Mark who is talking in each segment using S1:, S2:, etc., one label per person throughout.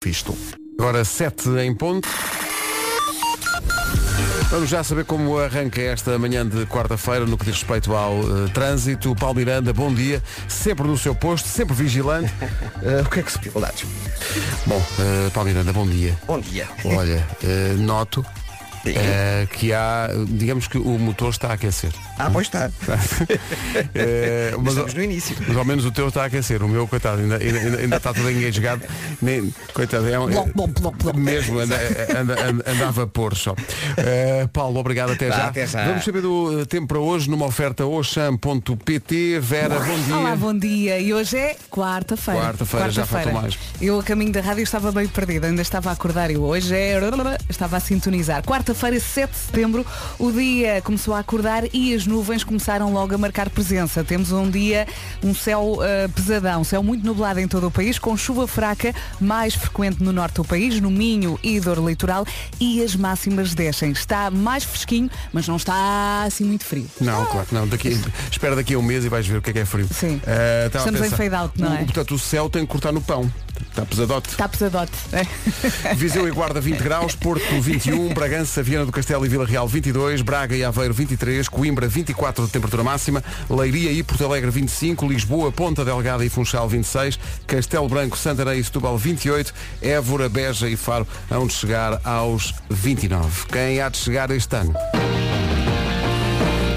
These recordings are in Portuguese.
S1: Cristo. Agora 7 em ponto. Vamos já saber como arranca esta manhã de quarta-feira no que diz respeito ao eh, trânsito. Paulo Miranda, bom dia. Sempre no seu posto, sempre vigilante. Eh, o que é que se...
S2: Dificuldades.
S1: Bom, eh, Paulo Miranda, bom dia.
S2: Bom dia.
S1: Olha, eh, noto
S2: Sim.
S1: eh, que há, digamos que o motor está a aquecer.
S2: Ah, pois está.
S1: Eh, Tá. mas,
S2: Estamos no início.
S1: mas ao menos o teu está a aquecer, o meu, coitado, ainda, ainda, ainda- ainda está tudo engasgado. Nem, coitado, é um.
S2: Bloc, bloc, bloc, bloc.
S1: Mesmo, anda, anda- anda- anda a vapor só. Eh, Paulo, obrigado, até
S2: Vá,
S1: já.
S2: até já.
S1: Vamos saber do eh, tempo para hoje numa oferta Oxam.pt. Vera, bom dia.
S3: Olá, bom dia. E hoje é quarta-feira.
S1: Quarta-feira, já faltou mais.
S3: Eu a caminho da rádio estava meio perdida, ainda estava a acordar e hoje é... Estava a sintonizar. Quarta-feira, 7 de setembro, o dia começou a acordar e as nuvens começaram logo a marcar presença. Temos um dia, um céu eh, pesadão, céu muito nublado em todo o país, com chuva fraca, mais frequente no norte do país, no Minho e dor litoral, e as máximas descem. Está mais fresquinho, mas não está assim muito frio.
S1: Não, claro que não. Daqui, espera daqui a um mês e vais ver o que é que é frio.
S3: Sim.
S1: Eh, estava a
S3: Estamos em
S1: pensar,
S3: fade-out, não
S1: o-
S3: é?
S1: Portanto, o céu tem que cortar no pão. Está pesadote.
S3: Está pesadote. é?
S1: Viseu e Guarda 20 graus, Porto 21, Bragança, Viana do Castelo e Vila Real 22, Braga e Aveiro 23, Coimbra 24 de temperatura máxima, Leiria e Porto Alegre 25, Lisboa, Ponta Delgada e Funchal 26, Castelo Branco, Santarém e Setúbal 28, Évora, Beja e Faro hão de chegar aos 29. Quem há de chegar este ano?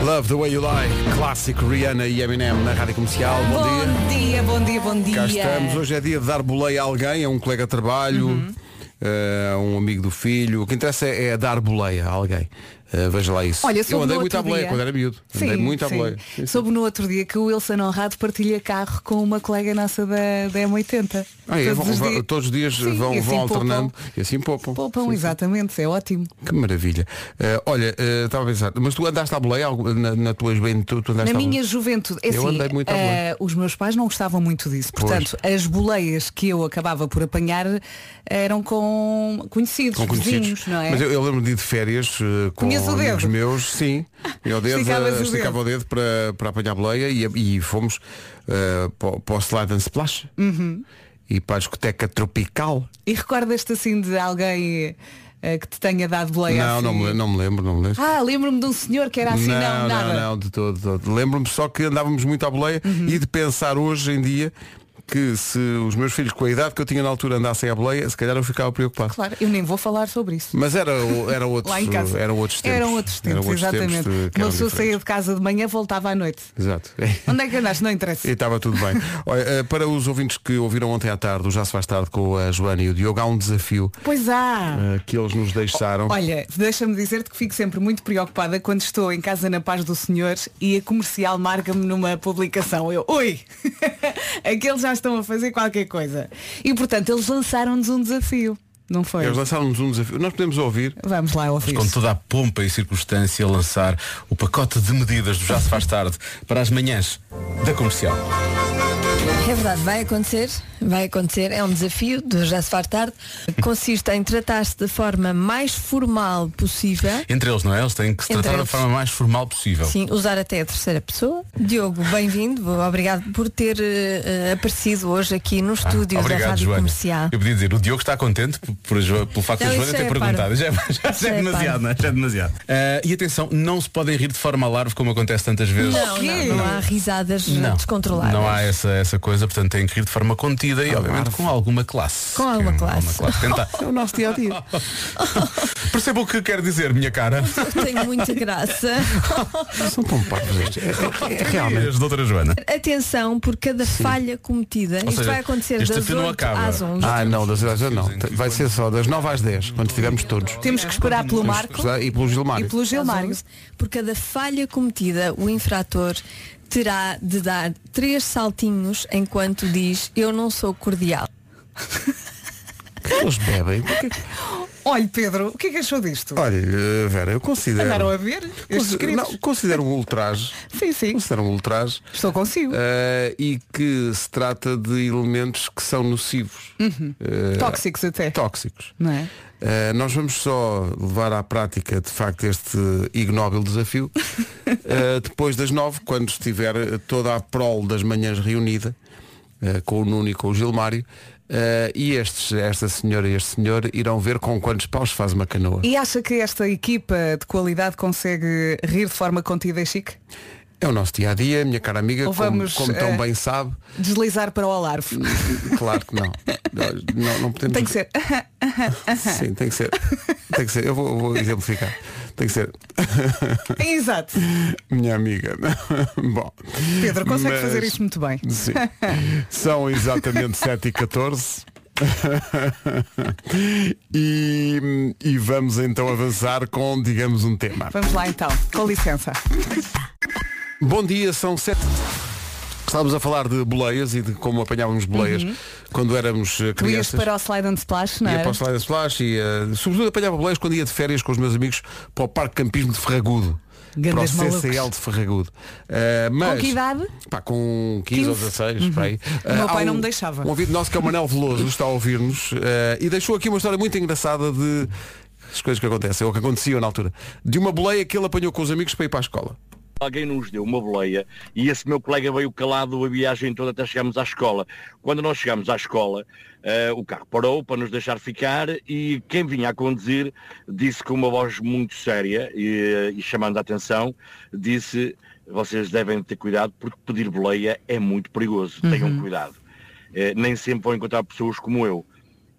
S1: Love the Way You Lie, clássico Rihanna e Eminem na Rádio Comercial. Bom, dia.
S3: Bom dia, bom dia, bom dia.
S1: Cá estamos, hoje é dia de dar boleia a alguém, a um colega de trabalho,
S3: Uhum.
S1: eh, a um amigo do filho. O que interessa é, é dar boleia a alguém. Eh, veja lá isso.
S3: Olha, soube
S1: Eu andei
S3: no
S1: muito
S3: outro
S1: à boleia
S3: dia-
S1: quando era miúdo. andei
S3: Sim,
S1: muito à
S3: sim.
S1: boleia. Sim, sim.
S3: Soube no outro dia que o Wilson Honrado partilha carro com uma colega nossa da, da M80.
S1: Ah, é, vão-
S3: os
S1: vão-
S3: dias-
S1: todos os dias
S3: Sim,
S1: vão,
S3: e assim
S1: vão
S3: poupam-
S1: alternando e assim poupam.
S3: Poupam,
S1: Sim, sim.
S3: exatamente, é ótimo.
S1: Que maravilha. Eh, olha, eh, estava a pensar, mas tu andaste à boleia algu- na, na tua juventude? tu andaste
S3: Na
S1: à
S3: minha
S1: boleia?
S3: juventude, é
S1: Eu
S3: assim,
S1: andei muito à
S3: eh,
S1: boleia.
S3: os meus pais não gostavam muito disso.
S1: Pois.
S3: Portanto, as boleias que eu acabava por apanhar eram com conhecidos,
S1: Com
S3: vizinhos, não é?
S1: Mas eu, eu lembro de ir de férias eh, com
S3: Punhas o dedo.
S1: amigos meus, sim. Eu dedo,
S3: Esticavas
S1: eh,
S3: o
S1: esticava o dedo para, para apanhar a boleia e, e fomos eh, para, o- para o Slide and Splash e para a discoteca tropical.
S3: Uhum. E recordas-te assim de alguém eh, que te tenha dado boleia
S1: não,
S3: assim?
S1: não, me, le- não me lembro, não me lembro.
S3: Ah, lembro-me de um senhor que era assim, não,
S1: não,
S3: nada. Uhum.
S1: não, de todo, de todo. Lembro-me só que andávamos muito à boleia e de pensar hoje em dia que se os meus filhos com a idade que eu tinha na altura andassem à boleia, se calhar eu ficava preocupado.
S3: Claro, eu nem vou falar sobre isso.
S1: Mas era, o- era outros,
S3: Lá em casa.
S1: eram outros tempos.
S3: Eram outros tempos,
S1: Eram outros tempos
S3: exatamente.
S1: de- que
S3: Uma
S1: eram
S3: pessoa
S1: diferentes.
S3: saía de casa de manhã, voltava à noite.
S1: Exato.
S3: Onde é que andaste? Não interessa.
S1: E estava tudo bem. Olha, eh, para os ouvintes que ouviram ontem à tarde, o Já se faz tarde com a Joana e o Diogo, há um desafio
S3: Pois há.
S1: eh, que eles nos deixaram.
S3: Ah. Olha, deixa-me dizer-te que fico sempre muito preocupada quando estou em casa na paz do Senhor e a comercial marca-me numa publicação. Eu, ui, aqueles já estão a fazer qualquer coisa. E portanto, eles lançaram-nos um desafio, não foi?
S1: Eles lançaram-nos um desafio. Nós podemos ouvir.
S3: Vamos lá ouvir.
S4: com toda a pompa e circunstância, lançar o pacote de medidas do Já se faz tarde para as manhãs da comercial.
S5: É verdade, vai acontecer, vai acontecer, é um desafio do Já se faz tarde. Consiste em tratar-se da forma mais formal possível.
S4: Entre eles, não é? Eles têm que se
S5: Entre
S4: tratar da
S5: eles.
S4: forma mais formal possível.
S5: Sim, usar até a terceira pessoa. Diogo, bem-vindo, obrigado por ter eh, aparecido hoje aqui no
S4: Ah,
S5: estúdio da
S4: obrigado,
S5: Rádio
S4: Joana.
S5: Comercial.
S4: Eu podia dizer, o Diogo está contente por, por- pelo facto
S5: Ah. Não,
S4: da Joana
S5: isso
S4: ter
S5: é
S4: perguntado.
S5: parvo.
S4: Já, já- já
S5: Isso
S4: é
S5: é
S4: demasiado,
S5: parvo.
S4: não é? Já é demasiado. Ah, e atenção, não se podem rir de forma larva como acontece tantas vezes.
S5: Não, não, não há risadas
S4: Não.
S5: descontroladas.
S4: Não há essa, essa coisa, portanto têm que rir de forma contida
S5: Ah,
S4: e obviamente com alguma classe.
S5: Com alguma classe.
S4: Tenta-
S1: É o nosso dia a dia.
S4: Perceba o que quer dizer, minha cara.
S5: Eu tenho muita graça.
S1: São tão parvos estes. É- é- é realmente.
S4: As doutora Joana.
S5: Atenção por cada falha cometida. Isto
S4: seja,
S5: vai acontecer
S4: este
S5: das
S4: desafio não
S5: 8
S4: acaba.
S5: às 11.
S1: Ah, não, das 10 não. Vai ser só das 9 às 10, quando estivermos todos.
S3: Temos que esperar pelo Marco
S1: E pelo Gilmar.
S3: e pelo Gilmário.
S5: Às 11, Por cada falha cometida, o infrator terá de dar três saltinhos enquanto diz eu não sou cordial.
S1: Eles bebem. Porque-
S3: Olha, Pedro, o que é que achou disto?
S1: Olha, eh, Vera, eu
S3: Andaram a
S1: considero.
S3: ver estes
S1: Consi-
S3: escritos?
S1: Não, considero um ultraje.
S3: Sim, sim.
S1: Considero um ultraje.
S3: Estou consigo.
S1: eh, e que se trata de elementos que são nocivos.
S3: Hum.
S1: Eh,
S3: Uhum. Tóxicos até.
S1: tóxicos.
S3: Não é?
S1: Uh, nós vamos só levar à prática, de facto, este ignóbil desafio uh, depois das nove, quando eh, estiver uh, toda a prol das manhãs reunida, uh, com o Nuno e com o Gilmário, eh, e estes, esta senhora e este senhor irão ver com quantos paus faz uma canoa.
S3: E acha que esta equipa de qualidade consegue rir de forma contida e chique?
S1: É o nosso dia a dia, minha cara amiga,
S3: Ou
S1: como-
S3: vamos,
S1: como, tão
S3: eh,
S1: bem sabe.
S3: Deslizar para o alarve.
S1: Claro que não. Nós Não, não podemos
S3: Tem que ser.
S1: Sim, tem que ser. Tem que ser. Eu vou, vou exemplificar. Tem que ser.
S3: Exato.
S1: Minha amiga. Bom.
S3: Pedro, consegue
S1: Mas-
S3: fazer isso muito bem.
S1: Sim. São exatamente 7 e 14 e, e vamos então avançar com, digamos, um tema.
S3: Vamos lá então. Com licença.
S1: Bom dia, são 7. Estávamos a falar de boleias e de como apanhávamos boleias quando éramos eh,
S3: Tu ias
S1: crianças.
S3: Uhum. para o Slide and Splash, não é?
S1: Ia
S3: era?
S1: para o Slide and Splash e eh, sobretudo apanhava boleias quando ia de férias com os meus amigos para o Parque Campismo de Ferragudo.
S3: Grandes
S1: para o
S3: malucos.
S1: CCL de Ferragudo. Eh, mas,
S3: Com que idade? Uhum.
S1: Pá, com 15, ou 16, para aí.
S3: O meu
S1: Eh,
S3: pai
S1: há
S3: não me deixava.
S1: Um ouvido nosso que é o Manel Veloso, está a ouvir-nos eh, e deixou aqui uma história muito engraçada de as coisas que acontecem, ou que aconteciam na altura, de uma boleia que ele apanhou com os amigos para ir para a escola.
S2: Alguém nos deu uma boleia e esse meu colega veio calado a viagem toda até chegarmos à escola. Quando nós chegámos à escola, eh, o carro parou para nos deixar ficar e quem vinha a conduzir disse com uma voz muito séria e, e chamando a atenção, disse vocês devem ter cuidado porque pedir boleia é muito perigoso, tenham cuidado. Eh, nem sempre vão encontrar pessoas como eu.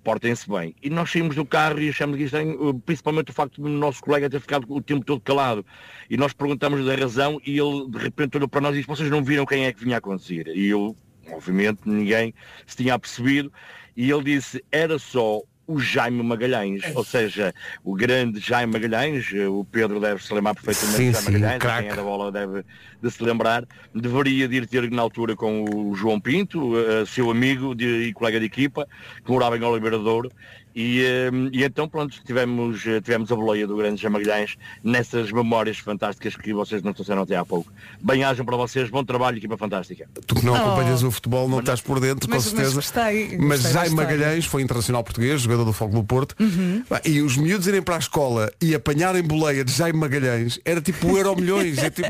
S2: Portem-se bem. E nós saímos do carro e achamos que isto tem, eh, principalmente o facto do nosso colega ter ficado o tempo todo calado. E nós perguntamos da razão e ele de repente olhou para nós e disse, vocês não viram quem é que vinha a conduzir? E eu, obviamente, ninguém se tinha apercebido. E ele disse, era só o Jaime Magalhães,
S1: É.
S2: ou seja, o grande Jaime Magalhães, eh, o Pedro deve se lembrar perfeitamente
S1: Sim,
S2: do
S1: sim,
S2: Jaime
S1: o
S2: Magalhães,
S1: craque.
S2: quem é da bola deve de se lembrar, deveria de ir ter na altura com o João Pinto, eh, seu amigo de- e colega de equipa, que morava em Oliveira de Douro, e, eh, e então pronto, tivemos, eh, tivemos a boleia do grande Jean Magalhães nessas memórias fantásticas que vocês não trouxeram até há pouco. Bem-ajam para vocês, bom trabalho, equipa fantástica.
S1: Tu que não
S3: Oh.
S1: acompanhas o futebol, não estás por dentro,
S3: Mas-
S1: com
S3: mas
S1: certeza.
S3: gostei,
S1: Mas
S3: gostei da
S1: Jaime
S3: história.
S1: Magalhães foi internacional português, jogador do Fogo do Porto.
S3: Uhum.
S1: Pá, E os miúdos irem para a escola e apanharem boleia de Jaime Magalhães era tipo o Euro Milhões. é tipo-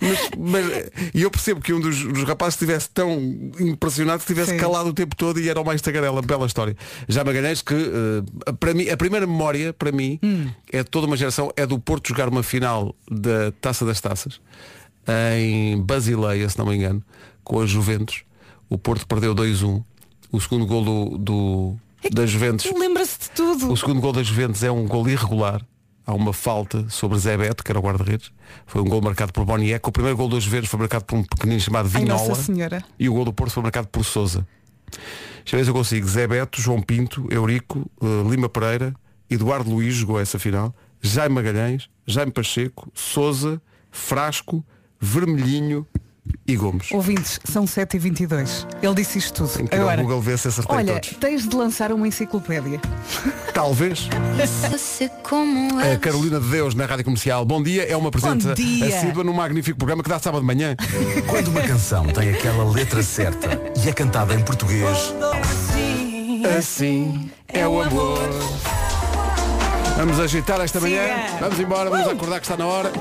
S1: mas- mas- e eu percebo que um dos, dos rapazes estivesse tão impressionado que estivesse
S3: Sim.
S1: calado o tempo todo e era o mais tagarela. Bela história. Jaime Magalhães, que eh, para mim, a primeira memória, para mim, é de toda uma geração, é do Porto jogar uma final da Taça das Taças em Basileia, se não me engano, com a Juventus. O Porto perdeu 2-1. O segundo gol do, do-
S6: É
S1: da Juventus.
S3: É Lembra-se de tudo.
S1: O segundo gol da Juventus é um gol irregular. Há uma falta sobre Zé Beto, que era o guarda-redes. Foi um gol marcado por Boniek. O primeiro gol da Juventus foi marcado por um pequenino chamado
S3: Ai, Nossa
S1: Vinola.
S3: Senhora.
S1: E o gol do Porto foi marcado por Souza. Deixa eu ver se eu consigo. Zé Beto, João Pinto, Eurico, eh, Lima Pereira, Eduardo Luiz jogou essa final, Jaime Magalhães, Jaime Pacheco, Souza, Frasco, Vermelhinho e Gomes.
S3: Ouvintes, são 7h22. Ele disse isto tudo.
S1: Tem que ir
S3: Agora,
S1: ao Google ver se acertei
S3: olha,
S1: todos.
S3: tens de lançar uma enciclopédia.
S1: Talvez.
S7: Você como
S1: A
S7: é.
S1: Carolina de Deus na Rádio Comercial. Bom dia, é uma presença
S3: dia.
S1: assídua num magnífico programa que dá sábado de manhã.
S8: Quando uma canção tem aquela letra certa e é cantada em português,
S1: Assim é o amor. Vamos agitar esta manhã.
S3: Siga.
S1: Vamos embora, vamos acordar que está na hora.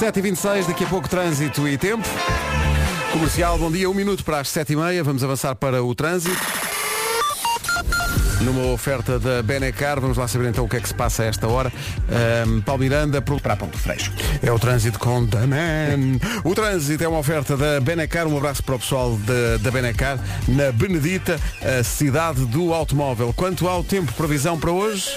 S1: 7h26, daqui a pouco trânsito e tempo. Comercial, bom dia. Um minuto para as 7h30. Vamos avançar para o trânsito. Numa oferta da Benecar, vamos lá saber então o que é que se passa a esta hora. Ahm, Paulo Miranda pro- para Ponto Freixo. É o trânsito com Daman. O trânsito é uma oferta da Benecar. Um abraço para o pessoal da, da Benecar na Benedita, a cidade do automóvel. Quanto ao tempo, previsão para hoje?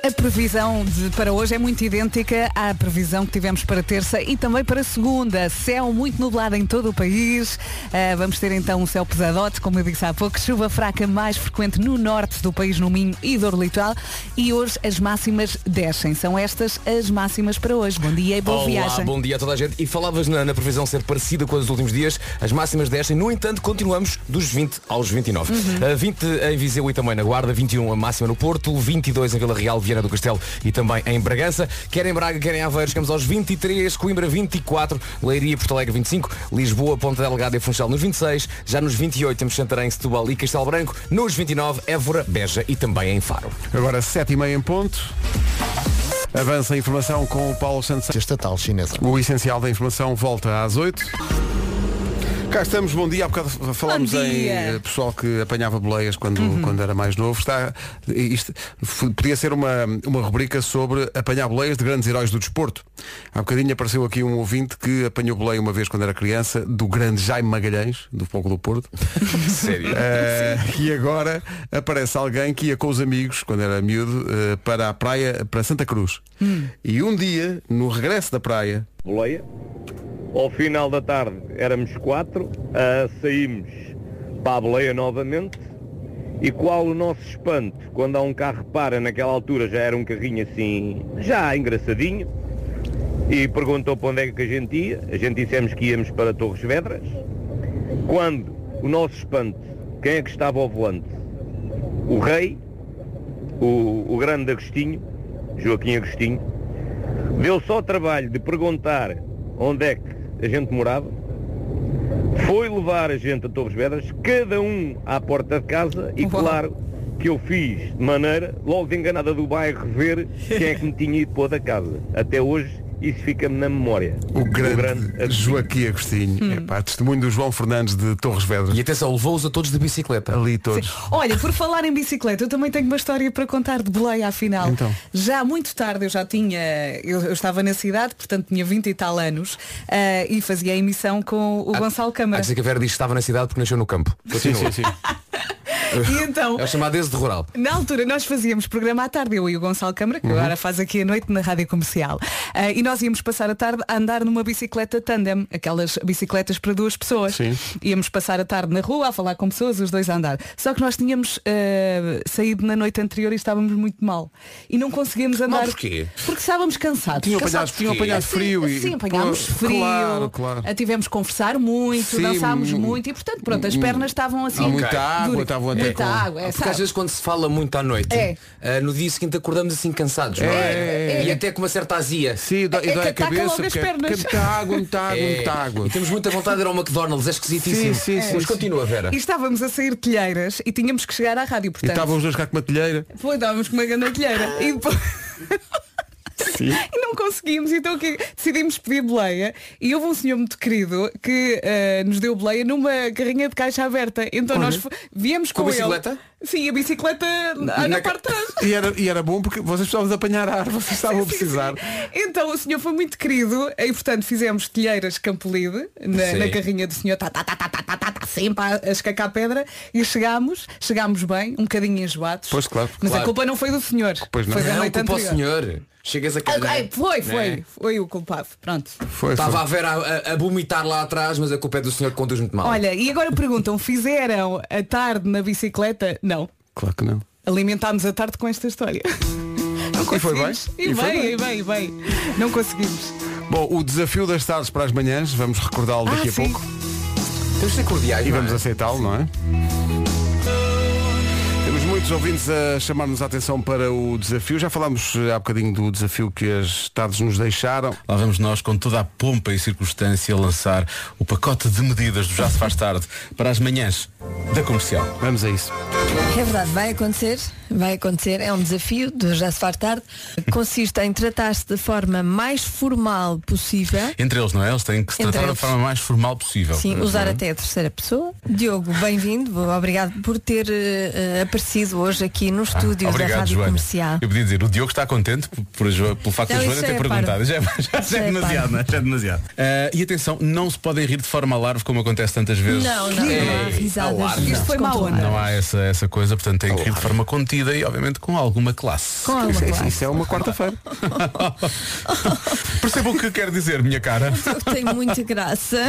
S3: A previsão de- para hoje é muito idêntica à previsão que tivemos para terça e também para segunda. Céu muito nublado em todo o país. Ah, vamos ter então um céu pesadote, como eu disse há pouco. Chuva fraca mais frequente no norte do país, no Minho e Douro Litoral. E hoje as máximas descem. São estas as máximas para hoje. Bom dia e boa
S9: Olá,
S3: viagem.
S9: bom dia a toda a gente. E falavas na, na previsão ser parecida com as dos últimos dias, as máximas descem, no entanto, continuamos dos 20 aos 29. Uh, 20 em Viseu e também na Guarda, 21 a máxima no Porto, 22 em Vila Real, Viana do Castelo e também em Bragança, quer em Braga, quer em Aveiro, chegamos aos 23, Coimbra 24, Leiria, Porto Alegre 25, Lisboa, Ponta Delgada e Funchal nos 26, já nos 28 temos Santarém, Setúbal e Castelo Branco, nos 29 Évora, Beja e também em Faro.
S1: Agora 7h30 em ponto. Avança a informação com o Paulo Santos.
S10: estatal chinesa.
S1: O essencial da informação volta às 8. Cá estamos, bom dia. Há bocado falámos
S3: Bom
S1: em
S3: dia. Uhum.
S1: eh, pessoal que apanhava boleias quando, quando era mais novo. Está, isto f- podia ser uma, uma rubrica sobre apanhar boleias de grandes heróis do desporto. Há bocadinho apareceu aqui um ouvinte que apanhou boleia uma vez quando era criança, do grande Jaime Magalhães, do Fogo do Porto.
S9: Sério.
S1: Eh, e agora aparece alguém que ia com os amigos, quando era miúdo, eh, para a praia, para Santa Cruz.
S3: Hum.
S1: E um dia, no regresso da praia,
S10: boleia. Ao final da tarde éramos quatro, ah, saímos para a boleia novamente e qual o nosso espanto quando há um carro que para, naquela altura já era um carrinho assim, já engraçadinho, e perguntou para onde é que a gente ia, a gente dissemos que íamos para Torres Vedras, quando o nosso espanto, quem é que estava ao volante? O rei, o, o grande Agostinho, Joaquim Agostinho, Deu só o trabalho de perguntar onde é que a gente morava. Foi levar a gente a Torres Vedras, cada um à porta de casa e
S3: Uau.
S10: claro que eu fiz de maneira, logo de enganada do bairro, ver quem é que me tinha ido pôr da casa. Até hoje isso fica-me na memória.
S1: O grande,
S10: grande
S1: Joaquim Agostinho.
S3: Hum.
S1: Epá, testemunho do João Fernandes de Torres Vedras.
S9: E atenção, levou-os a todos de bicicleta.
S1: Ali todos.
S3: Olha, por falar em bicicleta, eu também tenho uma história para contar de boleia afinal.
S1: Então.
S3: Já muito tarde eu já tinha, eu, eu estava na cidade, portanto tinha 20 e tal anos, ah, e fazia a emissão com o Gonçalo
S9: Há
S3: Câmara.
S9: que dizer que a Vera diz que estava na cidade porque nasceu no campo. Continua.
S3: E então,
S9: É o chamado êxodo rural.
S3: Na altura nós fazíamos programa à tarde, eu e o Gonçalo Câmara, que agora faz aqui a noite na Rádio Comercial. Ah, e nós íamos passar a tarde a andar numa bicicleta tandem, aquelas bicicletas para duas pessoas.
S1: Sim.
S3: Íamos passar a tarde na rua a falar com pessoas, os dois a andar. Só que nós tínhamos ah, saído na noite anterior e estávamos muito mal. E não conseguíamos andar.
S9: porquê?
S3: Porque estávamos cansados.
S1: Tinham
S3: Cansados
S1: apanhado, tinham
S9: porquê?
S1: apanhado frio
S3: Sim,
S1: e.
S3: sim, apanhámos
S1: Pô,
S3: frio,
S1: Claro, claro.
S3: ah, tivemos que conversar muito,
S1: Sim,
S3: dançámos
S1: hum,
S3: muito e portanto, pronto, as pernas estavam assim.
S1: Há muita
S3: dura-
S1: água, estavam até
S3: Muita
S1: com- Ah,
S3: água, é,
S9: Porque
S3: sabe?
S9: às vezes quando se fala muito à noite,
S3: É.
S9: ah, no dia seguinte acordamos assim cansados, não
S1: É,
S9: é? E até com uma certa azia.
S1: Sim, e dói- e
S3: É
S1: dói
S3: que
S1: a
S3: ataca
S1: cabeça.
S3: logo as
S1: porque é-
S3: pernas.
S1: porque é muita água, muita água,
S9: É.
S1: muita água.
S9: E temos muita vontade de ir ao McDonald's, é esquisitíssimo.
S1: Sim, sim, sim.
S9: Mas continua, Vera.
S3: E estávamos a sair telheiras e tínhamos que chegar à rádio,
S1: E
S3: portanto.
S1: estavam os dois cá com uma telheira.
S3: Foi, estávamos com uma grande telheira. E depois- E não conseguimos, então o quê? decidimos pedir boleia e houve um senhor muito querido que eh, nos deu boleia numa carrinha de caixa aberta. Então nós fo- viemos com,
S9: Com a bicicleta?
S3: ele. Sim, a bicicleta na,
S9: Na
S3: na
S9: ca-
S3: parte de trás.
S1: E era, e era bom porque vocês precisavam de apanhar ar, vocês estavam a
S3: Sim, sim,
S1: precisar.
S3: sim. Então o senhor foi muito querido e portanto fizemos telheiras Campolide na,
S9: Sim.
S3: na carrinha do senhor, tá, tá, tá, tá, tá, tá, tá, tá, sempre a, a escacar a pedra e chegámos, chegámos bem, um bocadinho enjoados.
S1: Pois, claro,
S3: Mas
S9: claro.
S3: a culpa não foi do senhor.
S1: Pois não.
S3: Foi da
S9: Não,
S3: noite
S9: culpa ao
S3: anterior.
S9: senhor. Chegas a
S3: Ah,
S9: cagar.
S3: ai, foi, foi,
S9: Né?
S3: foi o culpado. Pronto.
S1: Foi,
S9: Estava
S1: foi.
S9: a Vera a, a- a vomitar lá atrás, mas a culpa é do senhor que conduz muito mal.
S3: Olha, e agora perguntam, fizeram a tarde na bicicleta? Não.
S1: Claro que não.
S3: Alimentámos a tarde com esta história. Não
S1: E foi bem?
S3: conseguimos. E,
S1: E foi
S3: bem, e bem, e bem. Não conseguimos.
S1: Bom, o desafio das tardes para as manhãs, vamos recordá-lo daqui
S3: Ah,
S1: a
S3: sim.
S1: pouco.
S9: Temos de ser cordiais.
S1: E
S9: não é?
S1: vamos aceitá-lo, não é? Temos muitos ouvintes a chamar-nos a atenção para o desafio. Já falámos eh, há bocadinho do desafio que as tardes nos deixaram.
S4: Lá vamos nós, com toda a pompa e circunstância, lançar o pacote de medidas do Já se faz tarde para as manhãs da comercial.
S1: Vamos a isso.
S5: É verdade, vai acontecer, vai acontecer, é um desafio do Já se faz tarde. Consiste em tratar-se da forma mais formal possível.
S4: Entre eles, não é? Eles têm que se
S5: Entre
S4: tratar da
S5: eles.
S4: forma mais formal possível.
S5: Sim,
S4: Uhum.
S5: usar até a terceira pessoa. Diogo, bem-vindo, obrigado por ter eh, eh, aparecido hoje aqui no estúdio da
S4: Ah, Obrigado,
S5: Rádio
S4: Joana.
S5: Comercial.
S4: Eu podia dizer, o Diogo está contente por, por a Jo- pelo facto
S5: Não,
S4: da Joana
S5: isso
S4: ter
S5: é
S4: perguntado.
S5: parvo.
S4: Já, já- já
S5: Isso
S4: é
S5: é
S4: demasiado,
S5: parvo.
S4: não é? Já é demasiado. Ah, e atenção, não se podem rir de forma alarve, como acontece tantas vezes.
S5: Não, não, não
S4: É,
S5: há
S9: Ei, ao ar,
S5: risadas.
S9: não.
S3: Isto foi mau,
S5: descontroladas.
S4: Não há essa, essa coisa, portanto têm que rir de forma contida e obviamente com alguma classe.
S5: Com alguma
S1: Isso, é-
S5: classe.
S1: isso é uma quarta-feira.
S4: Percebam o que quer dizer, minha cara.
S5: Diogo Tem muita graça.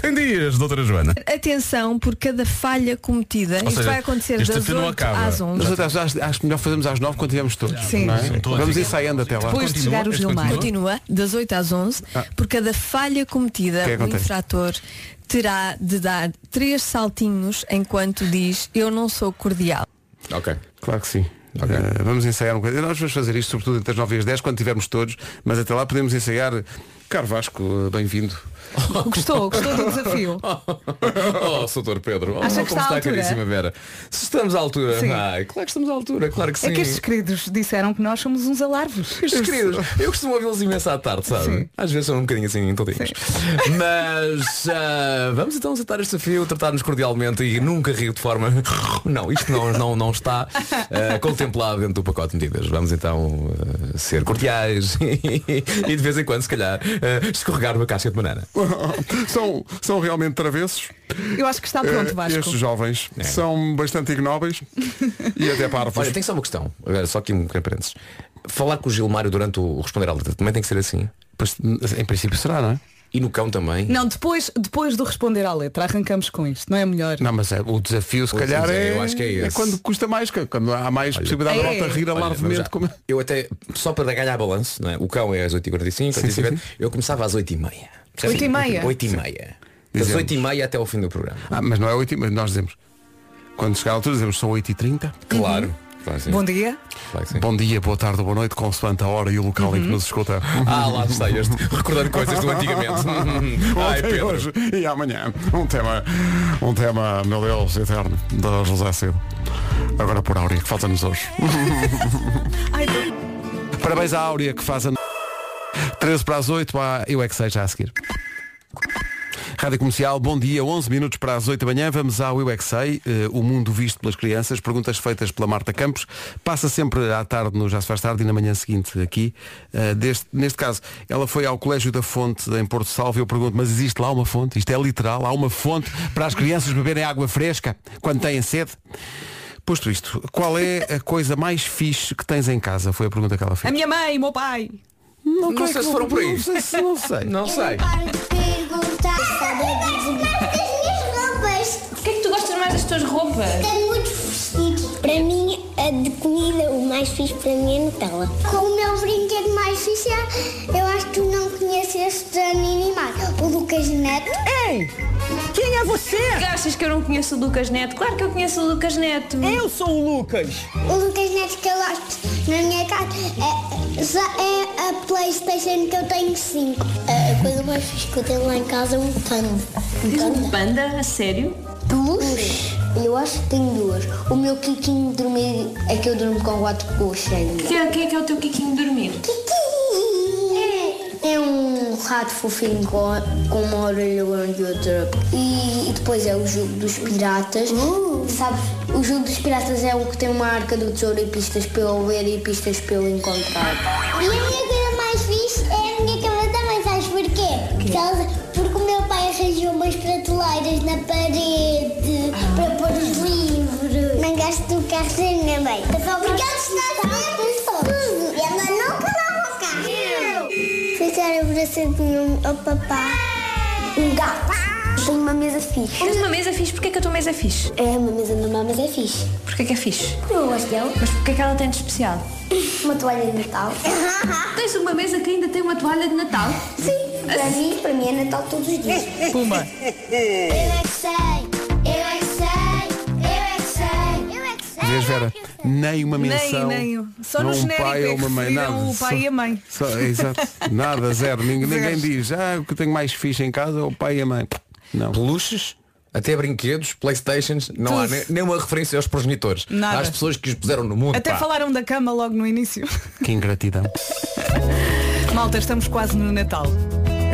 S4: Tem dias, doutora Joana.
S5: Atenção por cada falha cometida. Isto
S4: seja,
S5: vai acontecer
S4: este
S5: das
S4: desafio não
S5: 8
S4: acaba.
S1: Mas
S5: às 11.
S1: acho, acho- acho que melhor fazemos às nove quando tivermos todos.
S3: Sim.
S1: não é?
S4: Sim, todos.
S1: Vamos ensaiando até lá.
S3: Depois de
S4: Continua,
S3: chegar o
S4: este
S3: Gilmar.
S4: continua. Ah.
S5: Continua, das 8 às 11. Por cada falha cometida,
S1: O que é que
S5: o
S1: acontece?
S5: infrator terá de dar três saltinhos enquanto diz eu não sou cordial.
S9: Ok.
S1: Claro que sim. Eh, vamos ensaiar um bocadinho. Nós vamos fazer isto sobretudo entre as 9 e as 10, quando tivermos todos, mas até lá podemos ensaiar Caro Vasco, bem-vindo.
S3: Gostou, gostou do desafio.
S9: Oh, Soutor Pedro, oh,
S3: Acha que
S9: como
S3: está à
S9: está,
S3: altura?
S9: caríssima Vera. Se estamos à altura,
S3: Sim.
S9: ai, Ah, é claro que estamos à altura, claro que sim.
S3: É que estes queridos disseram que nós somos uns alarvos.
S9: Estes queridos, eu costumo ouvi-los imenso à tarde, sabe?
S3: Sim.
S9: Às vezes são um bocadinho assim entendemos. Mas ah, vamos então aceitar este desafio, tratar-nos cordialmente e nunca rir de forma. Não, isto não, não, não está ah, contemplado dentro do pacote de medidas. Vamos então ah, ser cordiais e de vez em quando, se calhar, ah, escorregar uma casca de banana.
S1: são, são realmente travessos.
S3: Eu acho que está pronto,
S1: Eh,
S3: Vasco.
S1: Estes jovens são bastante ignóbeis e até parvos.
S9: Olha, tem só uma questão, agora só aqui um pequeno parênteses. Falar com o Gilmário durante o responder à letra também tem que ser assim.
S1: Em princípio será, não é?
S9: E no cão também.
S3: Não, depois, depois do responder à letra, arrancamos com isto, não é melhor?
S1: Não, mas é, o desafio se calhar
S9: desafio,
S1: é,
S9: eu acho que é esse.
S1: quando custa mais, que- quando há mais possibilidade
S3: É.
S1: de volta a rir
S9: Olha, vamos
S1: alarvemente.
S9: lá.
S1: Como...
S9: Eu até, só para ganhar balanço, não é? o cão é às 8h45,
S1: Sim, sim,
S9: 8h50,
S1: sim.
S9: eu começava às 8h30.
S3: 8h30?
S9: 8h30. Das
S1: Dizemos.
S9: 8h30 até ao fim do programa.
S1: Ah, mas não é 8 mas nós dizemos. Quando chegar a altura dizemos são 8h30.
S9: Claro. Claro que sim.
S3: Bom dia.
S9: Claro que sim.
S1: Bom dia, boa tarde, boa noite, consoante a hora e o local
S3: Uhum.
S1: em que nos escuta.
S9: Ah, lá está este. Recordando coisas do antigamente. Ai,
S1: Ontem,
S9: Pedro.
S1: hoje e amanhã. Um tema, um tema, meu Deus, eterno, da José Cedo. Agora por Áurea, que falta-nos hoje.
S3: Ai,
S1: Parabéns à Áurea, que faz a... 13 para as 8, há... eu é que sei já a seguir. Rádio Comercial, bom dia, 11 minutos para as 8 da manhã, vamos ao Eu é Que Sei, eh, o mundo visto pelas crianças, perguntas feitas pela Marta Campos, passa sempre à tarde no Já se faz tarde e na manhã seguinte aqui, Eh, deste- neste caso, ela foi ao Colégio da Fonte em Porto Salvo, eu pergunto, mas existe lá uma fonte? Isto é literal, há uma fonte para as crianças beberem água fresca quando têm sede? Posto isto, qual é a coisa mais fixe que tens em casa? Foi a pergunta que ela fez.
S3: a minha mãe, o meu pai.
S1: Não,
S9: creio sei que se não- foram por aí. não
S1: sei se não sei.
S9: Não sei.
S7: perguntar. roupas.
S11: O que é que tu gostas mais das tuas roupas?
S7: Tenho muitos vestidos. é Para mim, a de comida, o mais fixe para mim é Nutella. Com o meu brinquedo mais fixe, é, eu acho que tu não conheces este animar. O Lucas Neto.
S11: Ei! Quem é você? Achas que eu não conheço o Lucas Neto? Claro que eu conheço o Lucas Neto. Eu sou o Lucas.
S7: O Lucas Neto que eu gosto na minha casa é, já é a Playstation que eu tenho 5. A coisa mais fixe que eu tenho lá em casa é um pano.
S11: Diz um panda, a sério?
S7: Peluche? Eu acho que tenho duas. O meu quiquinho de dormir é que eu durmo com quatro peluches ainda.
S11: Quem é, quem é que é o teu Quiquinho de dormir?
S7: Quiquinho! É um rato fofinho com, com uma orelha grande e outra. E, e depois é o jogo dos piratas. Sabes, o jogo dos piratas é o que tem uma arca do tesouro e pistas pelo ver e pistas pelo encontrar. E a minha coisa mais fixe é a minha cama também, sabes porquê? Por causa- Porque o meu pai arranjou umas prateleiras na parede para pôr os livros. Não gasto do carro da minha mãe. Porque eles não tudo. E ela não calava o carro. Ficar abraçado ao papá. Um gato. Tenho uma mesa fixe.
S11: Tens uma mesa fixe, porquê que a tua mesa é fixe?
S7: É uma mesa normal, mas é fixe.
S11: Porquê que é fixe?
S7: Porque eu gosto dela.
S11: Mas porquê que ela tem de especial?
S7: Uma toalha de Natal.
S11: Tens uma mesa que ainda tem uma toalha de Natal?
S7: Sim, para mim, para mim é Natal todos os dias.
S3: Puma.
S7: Eu é que sei, eu é que sei, eu é que sei, eu é que sei.
S1: Vês, Vera, nem uma
S3: Nem,
S1: menção.
S3: nem. Só no
S1: a um
S3: genérico
S1: pai
S3: é
S1: ou
S3: que
S1: uma mãe,
S3: referiram
S1: nada.
S3: o pai
S1: Só-
S3: e a mãe.
S1: só- exato. Nada, zero. Ninguém, ninguém
S3: Vês?
S1: diz, ah, o que tenho mais fixe em casa é o pai e a mãe. Não.
S9: Peluches, até brinquedos, Playstations, não há
S3: Tudo.
S9: nem, nenhuma referência aos progenitores.
S3: Nada.
S9: Às pessoas que os puseram no mundo.
S3: Até
S9: pá.
S3: falaram da cama logo no início.
S1: Que ingratidão.
S3: Malta, estamos quase no Natal.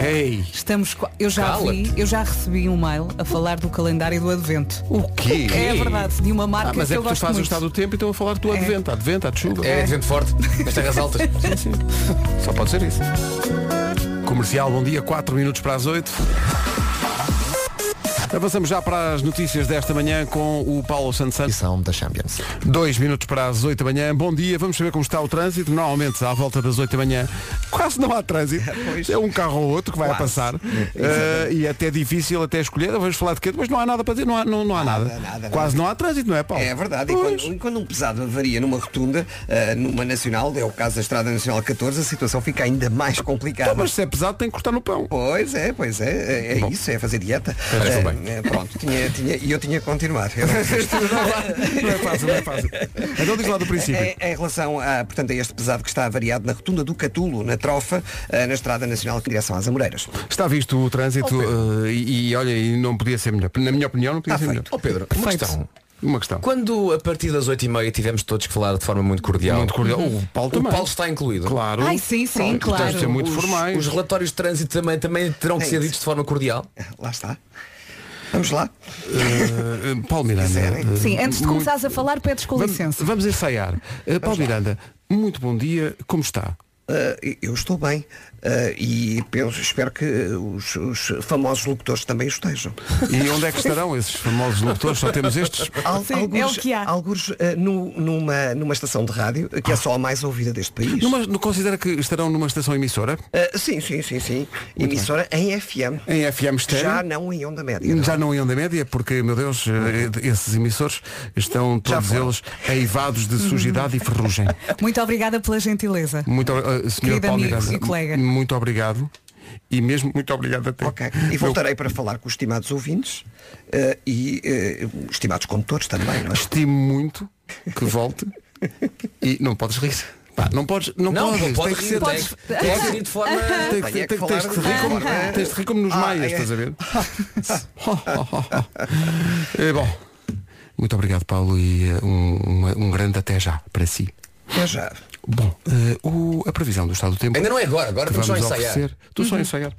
S1: Ei,
S3: Estamos qua- eu já vi,
S9: Cala-te.
S3: eu já recebi um mail a falar do calendário do Advento.
S1: o quê?
S3: É verdade, de uma marca
S1: Ah, mas
S3: que
S1: é
S3: eu
S1: porque tu
S3: gosto
S1: fazes o
S3: muito. É.
S1: estado do tempo e estão a falar do advento, advento, a chuva.
S9: É, vento forte, nas terras altas.
S1: Sim, sim. Só pode ser isso. Comercial, bom dia, 4 minutos para as 8. Avançamos já para as notícias desta manhã com o Paulo Santos Santos.
S8: São da Champions.
S1: Dois minutos para as 8 da manhã. Bom dia, vamos saber como está o trânsito. Normalmente, à volta das 8 da manhã, quase não há trânsito. É um carro ou outro que vai a passar. Eh, e até difícil até escolher. Vamos falar de quê? Mas não há nada para dizer, não há, não, não há nada.
S12: nada.
S1: Quase não há trânsito, não é, Paulo?
S12: É verdade, e
S1: Pois.
S12: quando, e quando um pesado avaria numa rotunda, ah, numa nacional, é o caso da Estrada Nacional 14, a situação fica ainda mais complicada.
S1: Então, Mas se é pesado, tem que cortar no pão.
S12: Pois é, pois é, é, é isso, é fazer dieta.
S9: Parece
S12: Ah,
S9: bem.
S12: eh, pronto, tinha, tinha, e eu tinha que continuar. Eu não fiz.
S1: Não é fácil, não é fácil. Então diz lá do princípio.
S12: Em, É, em relação a, portanto, a este pesado que está avariado na rotunda do Catulo, na Trofa, eh, na Estrada Nacional que direção às Amoreiras.
S1: Está visto o trânsito eh, e, e, olha, e não podia ser melhor. Na minha opinião, não podia ser melhor.
S9: Ó Pedro, uma questão.
S1: Uma questão.
S9: Quando a partir das 8h30 tivemos todos que falar de forma muito cordial.
S1: Muito cordial.
S9: Uhum.
S1: O Paulo também.
S9: está incluído.
S1: Claro.
S3: Ai, sim, sim,
S9: Portanto,
S3: claro.
S9: os- Os relatórios de trânsito também, também terão que
S12: É
S9: ser
S12: isso.
S9: ditos de forma cordial.
S12: Lá está. Vamos lá.
S1: Eh, Paulo Miranda. eh,
S3: Sim, antes
S1: muito-
S3: de começares a falar, pedes com
S1: Vamos,
S3: licença.
S1: vamos ensaiar. Eh, Paulo Miranda, muito bom dia. Como está?
S12: Eh, eu estou bem eh, e penso- espero que eh, os, os famosos locutores também estejam.
S1: E onde é que estarão esses famosos locutores? Só temos estes?
S12: Al- alguns, alguns, eh, nu- numa, numa estação de rádio, eh, que é só a mais ouvida deste país.
S1: Numa, não considera que estarão numa estação emissora?
S12: Eh, sim, sim, sim, sim. Emissora em FM.
S1: Em FM estéreo?
S12: Já não em onda média.
S1: Já não em onda média, porque, meu Deus, eh, esses emissores estão todos eles eivados de sujidade e ferrugem.
S3: Muito obrigada pela gentileza.
S1: Muito, uh, senhor
S3: Querido
S1: Paulo
S3: amigo
S1: Miranda,
S3: e colega.
S1: m- Muito obrigado. E mesmo muito obrigado até.
S12: Ok. E voltarei para falar com os estimados ouvintes eh, e eh, estimados condutores também, não é?
S1: Estimo muito que volte e não podes rir. Pá, não podes, não,
S9: Não,
S1: podes,
S9: não pode
S1: Tem que
S9: rir,
S1: ser-
S9: tem que-
S1: tem
S9: tem
S1: que-
S9: que ser de forma-
S1: tem que-
S12: Tem é
S1: tem-
S12: que
S1: tens
S12: falar
S1: que rir como-
S12: de forma-
S1: tens de rir como nos
S12: Ah,
S1: maias,
S12: é.
S1: estás a ver? É bom. Muito obrigado, Paulo, e eh, um, uma- um grande até já para si.
S12: Até já.
S1: Bom, eh, o- a previsão do estado do tempo.
S9: Ainda não é agora, agora
S1: que
S9: vamos só
S1: vamos
S9: ensaiar.
S1: oferecer- Estou
S3: Uhum.
S1: só a ensaiar.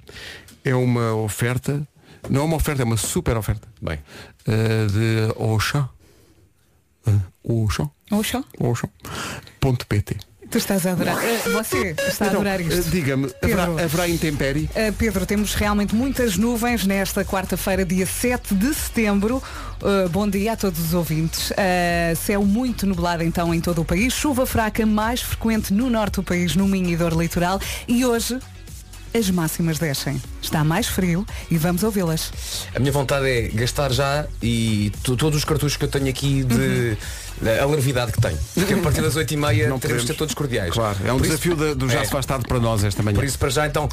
S1: É uma oferta, não é uma oferta, é uma super oferta. Bem. de Auchan. Uh, Auchan.
S3: Oxó,
S1: Auchan.pt.
S3: tu estás a adorar. Eh, Você está a
S1: Então,
S3: adorar isto.
S1: eh, Diga-me,
S3: Pedro.
S1: haverá, haverá intempérie?
S3: Uh, Pedro, temos realmente muitas nuvens nesta quarta-feira, dia 7 de setembro. Uh, bom dia a todos os ouvintes. Uh, céu muito nublado então em todo o país. Chuva fraca mais frequente no norte do país, no Minho e Dor Litoral. E hoje as máximas descem. Está mais frio e vamos ouvi-las.
S9: A minha vontade é gastar já e to- todos os cartuchos que eu tenho aqui de
S1: Uhum.
S9: da alervidade que tenho. Porque a partir das 8h30 teremos
S1: podemos.
S9: de ser todos cordiais.
S1: Claro, é um
S9: Por isso-
S1: desafio da- do Já
S9: É.
S1: se faz tarde para nós esta manhã.
S9: Por isso para já então.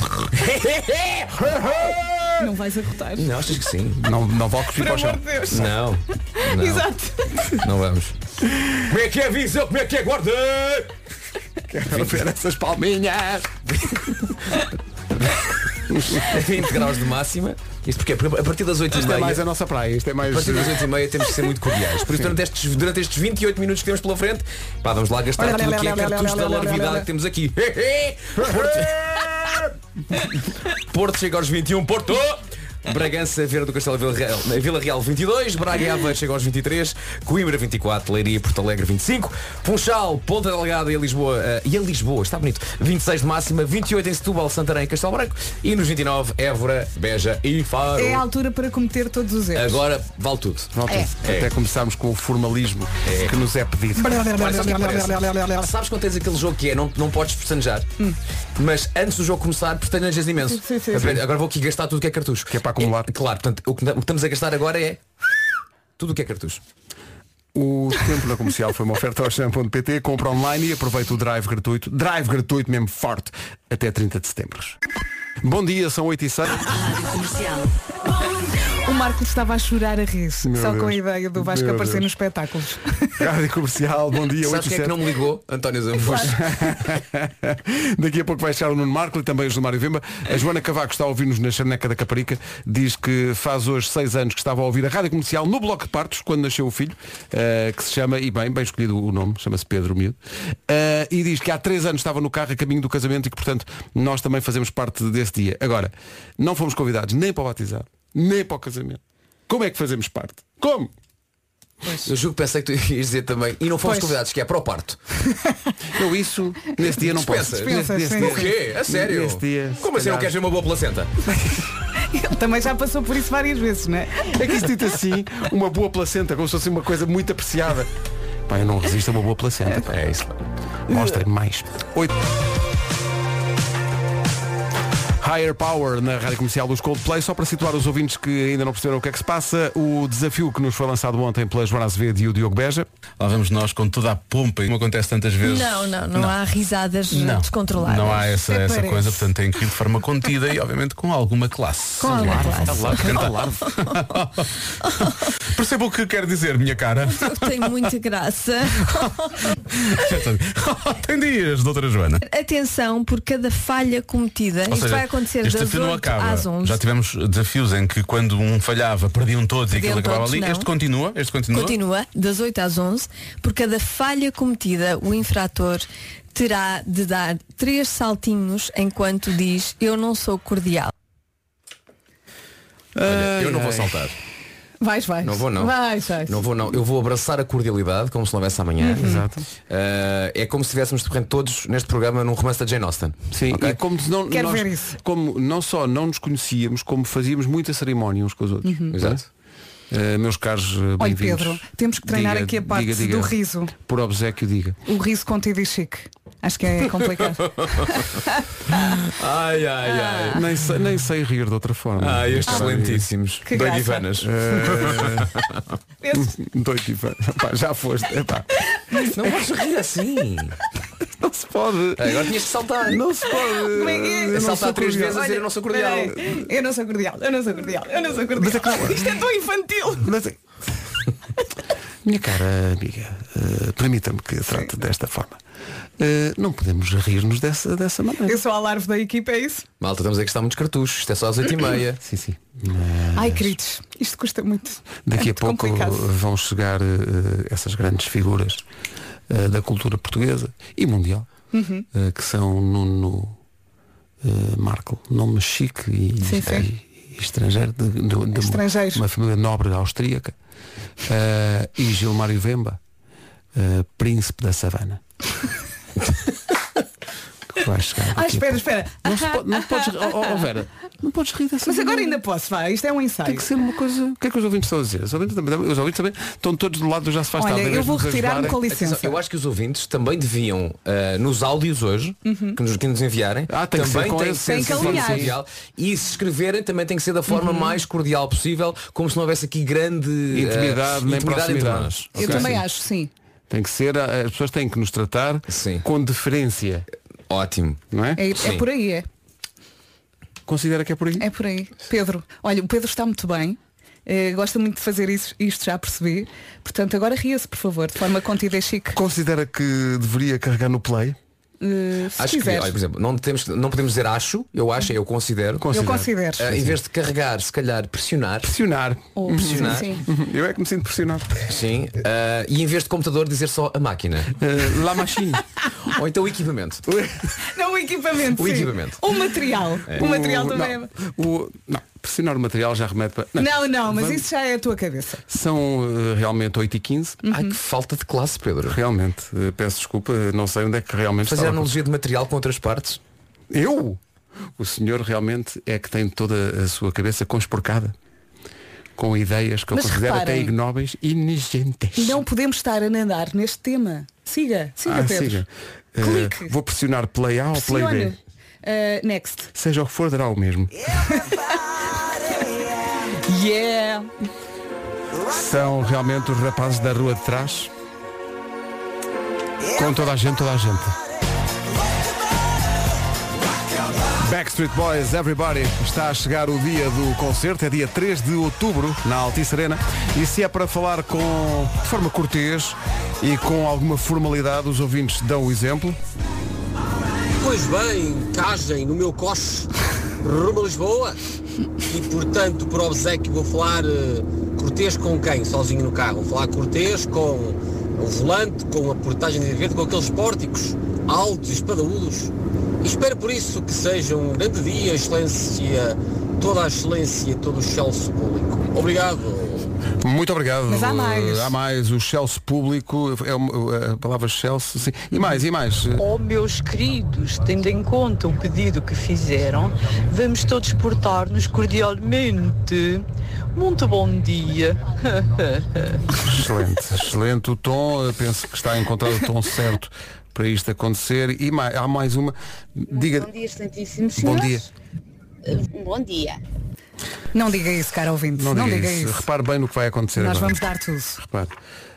S3: Não vais arrotar.
S9: Não, achas que sim.
S1: Não, não vou cuspir para o chão.
S9: Não. não. Não vamos. Como é que é visão? Como é que é guarda?
S1: Quero ver essas palminhas.
S9: 20 graus de máxima. Isto porque é porque a partir das 8h30.
S1: Isto é mais a nossa praia, isto é
S9: A
S1: mais.
S9: partir das 8 e meia temos que ser muito cordiais. Por isso,
S1: Sim.
S9: durante estes, durante estes 28 minutos que temos pela frente, pá, vamos lá gastar tudo o que é cartucho da larvidade que temos aqui. Porto- Porto chega aos 21, Porto! Bragança, Vieira do Castelo, Vila Real, Vila Real 22, Braga e Aveiro chega aos 23, Coimbra 24, Leiria e Porto Alegre 25, Funchal, Ponta Delgada e Lisboa, eh, e a Lisboa, está bonito, 26 de máxima, 28 em Setúbal, Santarém e Castelo Branco e nos 29, Évora, Beja e Faro.
S3: É a altura para cometer todos os erros.
S9: Agora vale tudo.
S1: Volta.
S9: É.
S1: Até começarmos com o formalismo que nos é pedido.
S9: Olha, sabe o que acontece? Sabes quando tens aquele jogo que é, não, não podes pestanejar, mas antes do jogo começar, pestanejas imenso.
S3: Hum. Sim, sim,
S9: Aprende- Agora vou aqui gastar tudo o que é cartucho. Que é para acumular. claro, portanto, o que, o que estamos a gastar agora é tudo o que é cartucho.
S1: O tempo na comercial foi uma oferta ao Sham.pt, compra online e aproveita o drive gratuito. Drive gratuito mesmo forte até 30 de setembro. Bom dia, são 8 e 6.
S3: O Marcos estava a chorar a rir,
S1: Meu
S3: só com a
S1: Deus.
S3: ideia do Vasco
S1: Meu
S3: aparecer
S1: Deus.
S3: nos espetáculos.
S1: Rádio comercial, bom dia, 8
S9: Sabes
S1: e
S9: quem é que
S1: 7.
S9: não me ligou? António Zambujo.
S1: Daqui a pouco vai chegar o Nuno Marco e também o Gilmário Vemba. A Joana Cavaco está a ouvir-nos na Charneca da Caparica. Diz que faz hoje seis anos que estava a ouvir a rádio comercial no Bloco de Partos, quando nasceu o filho, eh, que se chama, e bem, bem escolhido o nome, chama-se Pedro Miúdo. Eh, e diz que há três anos estava no carro a caminho do casamento e que, portanto, nós também fazemos parte desse dia. Agora, não fomos convidados nem para o batizado, nem para o casamento. Como é que fazemos parte? Como?
S9: Eu juro que pensei que tu ias dizer também. E não fomos
S3: Pois.
S9: convidados, que é para o parto.
S1: Eu isso, nesse dia não posso.
S9: Dispensa.
S3: Dispensa,
S1: Nesse-
S3: sim,
S1: nesse
S9: O
S1: dia-
S9: quê? A sério?
S1: Nesse dia, se
S9: Como assim não
S1: calhar.
S9: queres ver uma boa placenta?
S3: Ele também já passou por isso várias vezes, não é?
S1: É que isto dito assim, uma boa placenta, como se fosse uma coisa muito apreciada. Pá, eu não resisto a uma boa placenta. pá.
S9: É isso.
S1: Mostra mais. Oito. Higher Power na rádio comercial dos Coldplay. Só para situar os ouvintes que ainda não perceberam o que é que se passa, o desafio que nos foi lançado ontem pela Joana Azevedo e o Diogo Beja.
S4: Lá vamos nós com toda a pompa e como acontece tantas vezes.
S5: Não, não, não, há É risadas
S4: Não.
S5: descontroladas.
S4: Não há essa,
S5: Até
S4: essa
S5: parece.
S4: coisa, portanto tem que ir de forma contida e obviamente com alguma classe.
S5: Com alguma classe.
S4: Claro, Percebo o que quer dizer, minha cara.
S5: Eu tenho muita graça.
S4: Já sabia. tem dias, doutora Joana.
S5: Atenção por cada falha cometida.
S4: Ou
S5: Isto
S4: seja,
S5: vai acontecer
S4: este
S5: das
S4: desafio não
S5: 8
S4: acaba.
S5: às 11.
S4: Já tivemos desafios em que quando um falhava, perdiam todos e
S5: Perdiam
S4: aquilo acabava
S5: todos,
S4: ali.
S5: não.
S4: Este continua, este continua.
S5: Continua, das 8 às 11. Por cada falha cometida, o infrator terá de dar três saltinhos enquanto diz eu não sou cordial.
S9: Olha, eu não vou
S3: ai.
S9: saltar.
S3: Vais, vais.
S9: Não vou não.
S3: Vais, vais.
S9: Não vou não. Eu vou abraçar a cordialidade como se não houvesse amanhã.
S3: Uhum. Exato.
S9: Eh, é como se estivéssemos de repente todos neste programa num romance da Jane Austen.
S1: Sim, e como se não,
S9: Quero
S1: nós,
S9: ver
S1: como não só não nos conhecíamos, como fazíamos muita cerimónia uns com os outros.
S3: Uhum.
S1: não é?
S3: Exato.
S1: Eh, meus caros eh,
S3: Olha,
S1: bem-vindos.
S3: Pedro, temos que treinar
S1: Diga,
S3: aqui a parte
S1: diga, diga.
S3: do riso.
S1: Por obsequio, diga.
S3: O riso contido e chique. Acho que é complicado.
S9: ai, ai,
S3: Ah.
S9: ai.
S1: Nem sei, nem sei rir de outra forma.
S9: Ah, estes lentíssimos.
S3: Que Dois graça. divanas.
S1: Eh, Dois divanas. Pá, já foste. Epá.
S9: Não podes rir assim.
S1: Não se pode.
S9: Agora tinhas de saltar.
S1: Não se pode.
S3: Como é que é?
S9: Eu Saltar não sou três cordial. vezes a dizer
S3: Olha,
S9: eu não sou cordial.
S3: peraí. Eu não sou cordial, eu não sou cordial, eu não sou cordial. Isto é tão infantil.
S1: é- Minha cara amiga, eh, permita-me que a trate desta forma. Eh, não podemos rir-nos dessa, dessa maneira.
S3: Eu sou a larva da equipa, é isso?
S9: Malta, estamos a gastar muitos cartuchos. Isto é só às 8h30.
S1: Sim, sim. Eh,
S3: Ai, queridos, isto custa muito.
S1: Daqui
S3: É
S1: a pouco
S3: complicado.
S1: vão chegar eh, essas grandes figuras eh, da cultura portuguesa e mundial,
S3: Uhum.
S1: eh, que são Nuno eh, Marco, nome chique e,
S3: Sim, sim.
S1: e- e estrangeiro, de, de- de uma-
S3: Estrangeiro.
S1: Uma, família nobre austríaca, eh, e Gilmário Vemba, eh, príncipe da savana. que vai chegar
S3: Ah,
S1: daqui a
S3: espera, espera.
S1: Não se po- não podes- oh, oh, Vera, não podes rir dessa
S3: Mas agora
S1: maneira.
S3: ainda posso, vá, isto é um ensaio.
S1: Tem que ser uma coisa. O que é que os ouvintes estão a dizer? Os ouvintes também, os ouvintes também estão todos do lado do já se faz
S3: Olha,
S1: tarde. em
S3: eu
S1: vez de
S3: vou
S1: nos
S3: retirar-me
S1: ajudarem.
S3: com licença.
S9: Eu acho que os ouvintes também deviam, ah, nos áudios hoje,
S3: Uhum.
S9: que, nos, que nos enviarem,
S1: Ah, tem que
S9: também
S1: ser com
S9: tem que
S1: esse-
S9: ser
S1: Tem que
S9: de forma
S1: alinhar.
S9: cordial. E se escreverem também tem que ser da forma
S3: Uhum.
S9: mais cordial possível, como se não houvesse aqui grande ah,
S1: Intimidade, nem
S9: intimidade entre
S1: proximidade.
S9: nós.
S3: Eu
S1: Ok.
S3: também
S1: Sim.
S3: acho, sim.
S1: Tem que ser, eh, as pessoas têm que nos tratar com deferência.
S9: Ótimo.
S1: Não é?
S3: É, é por aí, é.
S1: Considera que é por aí?
S3: É por aí. Pedro, olha, o Pedro está muito bem. eh, gosta muito de fazer isso, isto já percebi. Portanto, agora ria-se, por favor, de forma contida e chique.
S1: Considera que deveria carregar no play?
S3: Eh, se
S9: Acho que,
S3: quiseres.
S9: olha, por exemplo, não, temos, não podemos dizer acho, eu acho, é eu considero.
S3: Considero. Eu considero.
S9: Ah, em vez de carregar, se calhar pressionar.
S1: Pressionar.
S3: Oh,
S9: pressionar.
S3: sim,
S1: Eu é que me sinto pressionado.
S9: Sim. ah, e em vez de computador dizer só a máquina.
S1: Ah, la machine.
S9: Ou então o equipamento.
S3: Não o equipamento.
S9: O
S3: sim.
S9: equipamento.
S3: O material. O material também
S1: não,
S3: é.
S1: o- não, pressionar o material já remete para.
S3: Não, não, mas
S1: Vamos-
S3: isso já é a tua cabeça.
S1: São eh, realmente 8 e 15
S3: Uhum.
S9: Ai, que falta de classe, Pedro.
S1: Realmente, eh, peço desculpa, eh, não sei onde é que realmente
S9: Fazer
S1: estava.
S9: analogia de material com outras partes.
S1: Eu? O senhor realmente é que tem toda a sua cabeça consporcada. Com ideias que eu
S3: Mas
S1: considero até
S3: reparem.
S1: ignóbeis e inigentes.
S3: Não podemos estar a nadar neste tema. Siga, siga,
S1: Ah,
S3: Pedro.
S1: siga. Eh,
S3: Clique.
S1: vou pressionar play A ou play
S3: Pressione.
S1: B.
S3: Eh, next.
S1: Seja o que for, dará o mesmo.
S3: Yeah.
S1: São realmente os rapazes da rua de trás. Com toda a gente, toda a gente. Backstreet Boys, everybody, está a chegar o dia do concerto, é dia 3 de outubro, na Altice Arena, e se é para falar com, de forma cortês e com alguma formalidade, os ouvintes dão o exemplo.
S6: Pois bem, casem no meu coche rumo a Lisboa e portanto por obsequio vou falar eh, cortês com quem? Sozinho no carro. Vou falar cortês com o volante, com a portagem de direita, com aqueles pórticos altos e espadaúdos. E espero por isso que seja um grande dia, excelência, toda a excelência, todo o excelso público. Obrigado.
S1: Muito obrigado.
S6: Mas há mais.
S1: Há mais, o Chelsea público, é uma- a palavra Chelsea, sim. E mais, e mais.
S13: Oh meus queridos, tendo em conta o pedido que fizeram, vamos todos portar-nos cordialmente. Muito bom dia.
S1: Excelente, excelente o tom. Eu penso que está a encontrar o tom certo para isto acontecer. E mais, há mais uma. Diga.
S14: Bom dia, excelentíssimos
S1: Bom
S14: senhores.
S1: dia.
S14: Um bom dia.
S3: Não diga isso, cara ouvinte. Não, diga, isso.
S1: Repare bem no que vai acontecer
S3: Nós
S1: agora. É
S3: vamos dar tudo.
S1: Repare.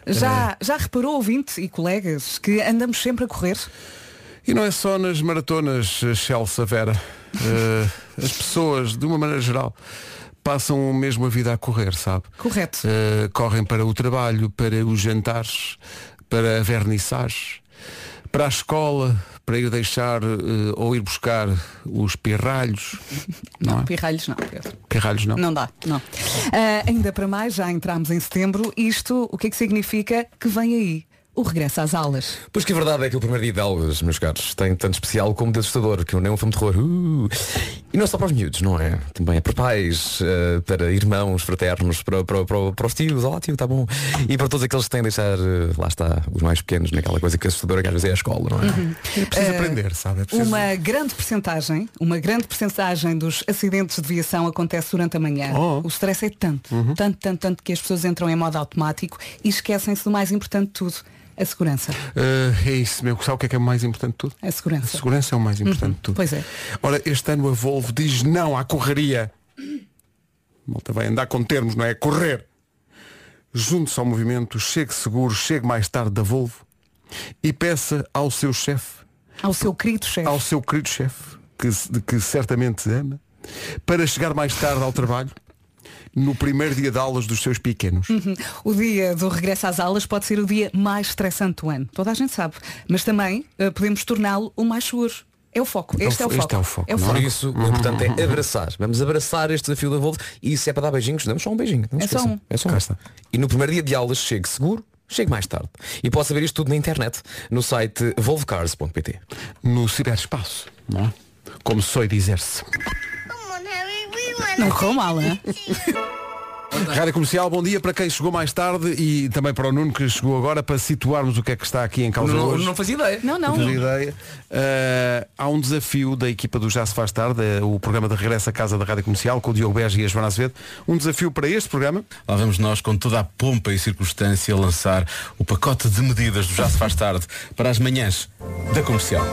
S3: Já, já reparou, ouvinte e colegas, que andamos sempre a correr?
S1: E não é só nas maratonas, eh, Chelsea Vera. Eh, as pessoas, de uma maneira geral, passam mesmo a vida a correr, sabe?
S3: Correto.
S1: Eh, correm para o trabalho, para os jantares, para a vernissage, para a escola, para ir deixar eh, ou ir buscar os pirralhos. Não, é?
S3: Pirralhos não, Pedro.
S1: Pirralhos não.
S3: Não dá, não. Ah, ainda para mais, já entramos em setembro. Isto, o que é que significa que vem aí? O regresso às aulas.
S9: Pois que a verdade é que o primeiro dia de aulas, meus caros, tem tanto especial como de assustador, que não é um filme de terror. Uh! E não é só para os miúdos, não é? Também é para pais, eh, para irmãos, fraternos, para, para, para, para os tios, olá tio, tá bom. E para todos aqueles que têm de deixar, eh, lá está, os mais pequenos, naquela coisa que é assustadora que às vezes é a escola, não é?
S3: Uhum.
S1: É preciso
S3: Ah,
S1: aprender, sabe? É preciso...
S3: Uma grande percentagem, uma grande percentagem dos acidentes de viação acontece durante a manhã. O stress é tanto, tanto, tanto, tanto que as pessoas entram em modo automático e esquecem-se do mais importante de tudo, a segurança.
S1: Eh, é isso mesmo. Sabe o que é que é o mais importante de tudo?
S3: A segurança.
S1: A segurança é o mais importante de tudo.
S3: Pois é.
S1: Ora, este ano a Volvo diz não à correria. Malta vai andar com termos, não é? Correr. Junte-se ao movimento, chegue seguro, chegue mais tarde da Volvo e peça ao seu chefe,
S3: Ao seu querido chefe.
S1: ao seu querido chefe, que, se- que certamente ama, para chegar mais tarde ao trabalho no primeiro dia de aulas dos seus pequenos.
S3: Uhum. O dia do regresso às aulas pode ser o dia mais estressante do ano. Toda a gente sabe. Mas também eh, podemos torná-lo o mais seguro. É o foco.
S1: Então
S9: Então,
S3: Este é o foco.
S9: Por isso,
S1: Uhum.
S9: o importante é abraçar. Vamos abraçar este desafio da Volvo e se é para dar beijinhos, damos só um beijinho. Não
S3: É só
S9: esqueçam.
S3: um.
S9: É só um. E no primeiro dia de aulas chego seguro, chego mais tarde. E posso saber isto tudo na internet, no site volvocars.pt.
S1: No ciberespaço, não é? Como sou dizer-se.
S3: Não correu mal, hein?
S1: Rádio Comercial, bom dia para quem chegou mais tarde e também para o Nuno que chegou agora para situarmos o que é que está aqui em causa
S9: Não-
S1: hoje.
S9: não fazia ideia.
S3: Não,
S1: Não
S3: não.
S1: fazia ideia. Uh, há um desafio da equipa do Já Se Faz Tarde, eh, o programa de regresso à casa da Rádio Comercial com o Diogo Beja e a Joana Azevedo. Um desafio para este programa.
S4: Lá vamos nós, com toda a pompa e circunstância, lançar o pacote de medidas do Já se faz tarde para as manhãs da comercial.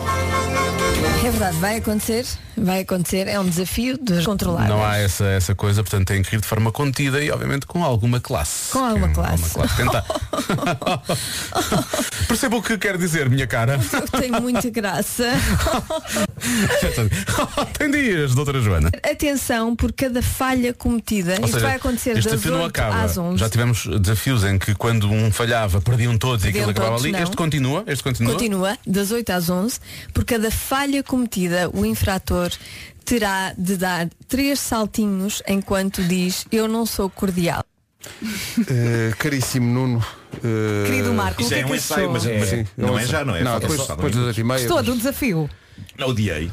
S5: É verdade, vai acontecer, vai acontecer, é um desafio de controlar.
S4: Não há essa, essa coisa, portanto tem que ir de forma contida e obviamente com alguma classe.
S5: Com alguma classe.
S4: Tenta. Percebo o que quer dizer, minha cara.
S5: Tem muita graça.
S4: tem dias, doutora Joana.
S5: Atenção por cada falha cometida.
S4: Ou
S5: Isto
S4: seja,
S5: É vai acontecer
S4: este
S5: das
S4: desafio não
S5: 8
S4: acaba.
S5: às 11.
S4: Já tivemos desafios em que quando um falhava, perdiam todos
S5: Perdiam
S4: e aquilo acabava
S5: todos,
S4: ali.
S5: não.
S4: Este continua, este continua.
S5: Continua, das 8 às 11. Por cada falha cometida, o infrator terá de dar três saltinhos enquanto diz eu não sou cordial.
S1: Eh, caríssimo Nuno. eh,
S3: Querido Marco, Isso o que é é um que ensaio, achou? mas- mas
S1: Sim,
S15: não
S1: um
S15: é já, não é? Falta
S1: depois,
S15: só
S1: depois
S15: dois
S1: das oito e meia.
S3: Estou do desafio.
S15: Odiei.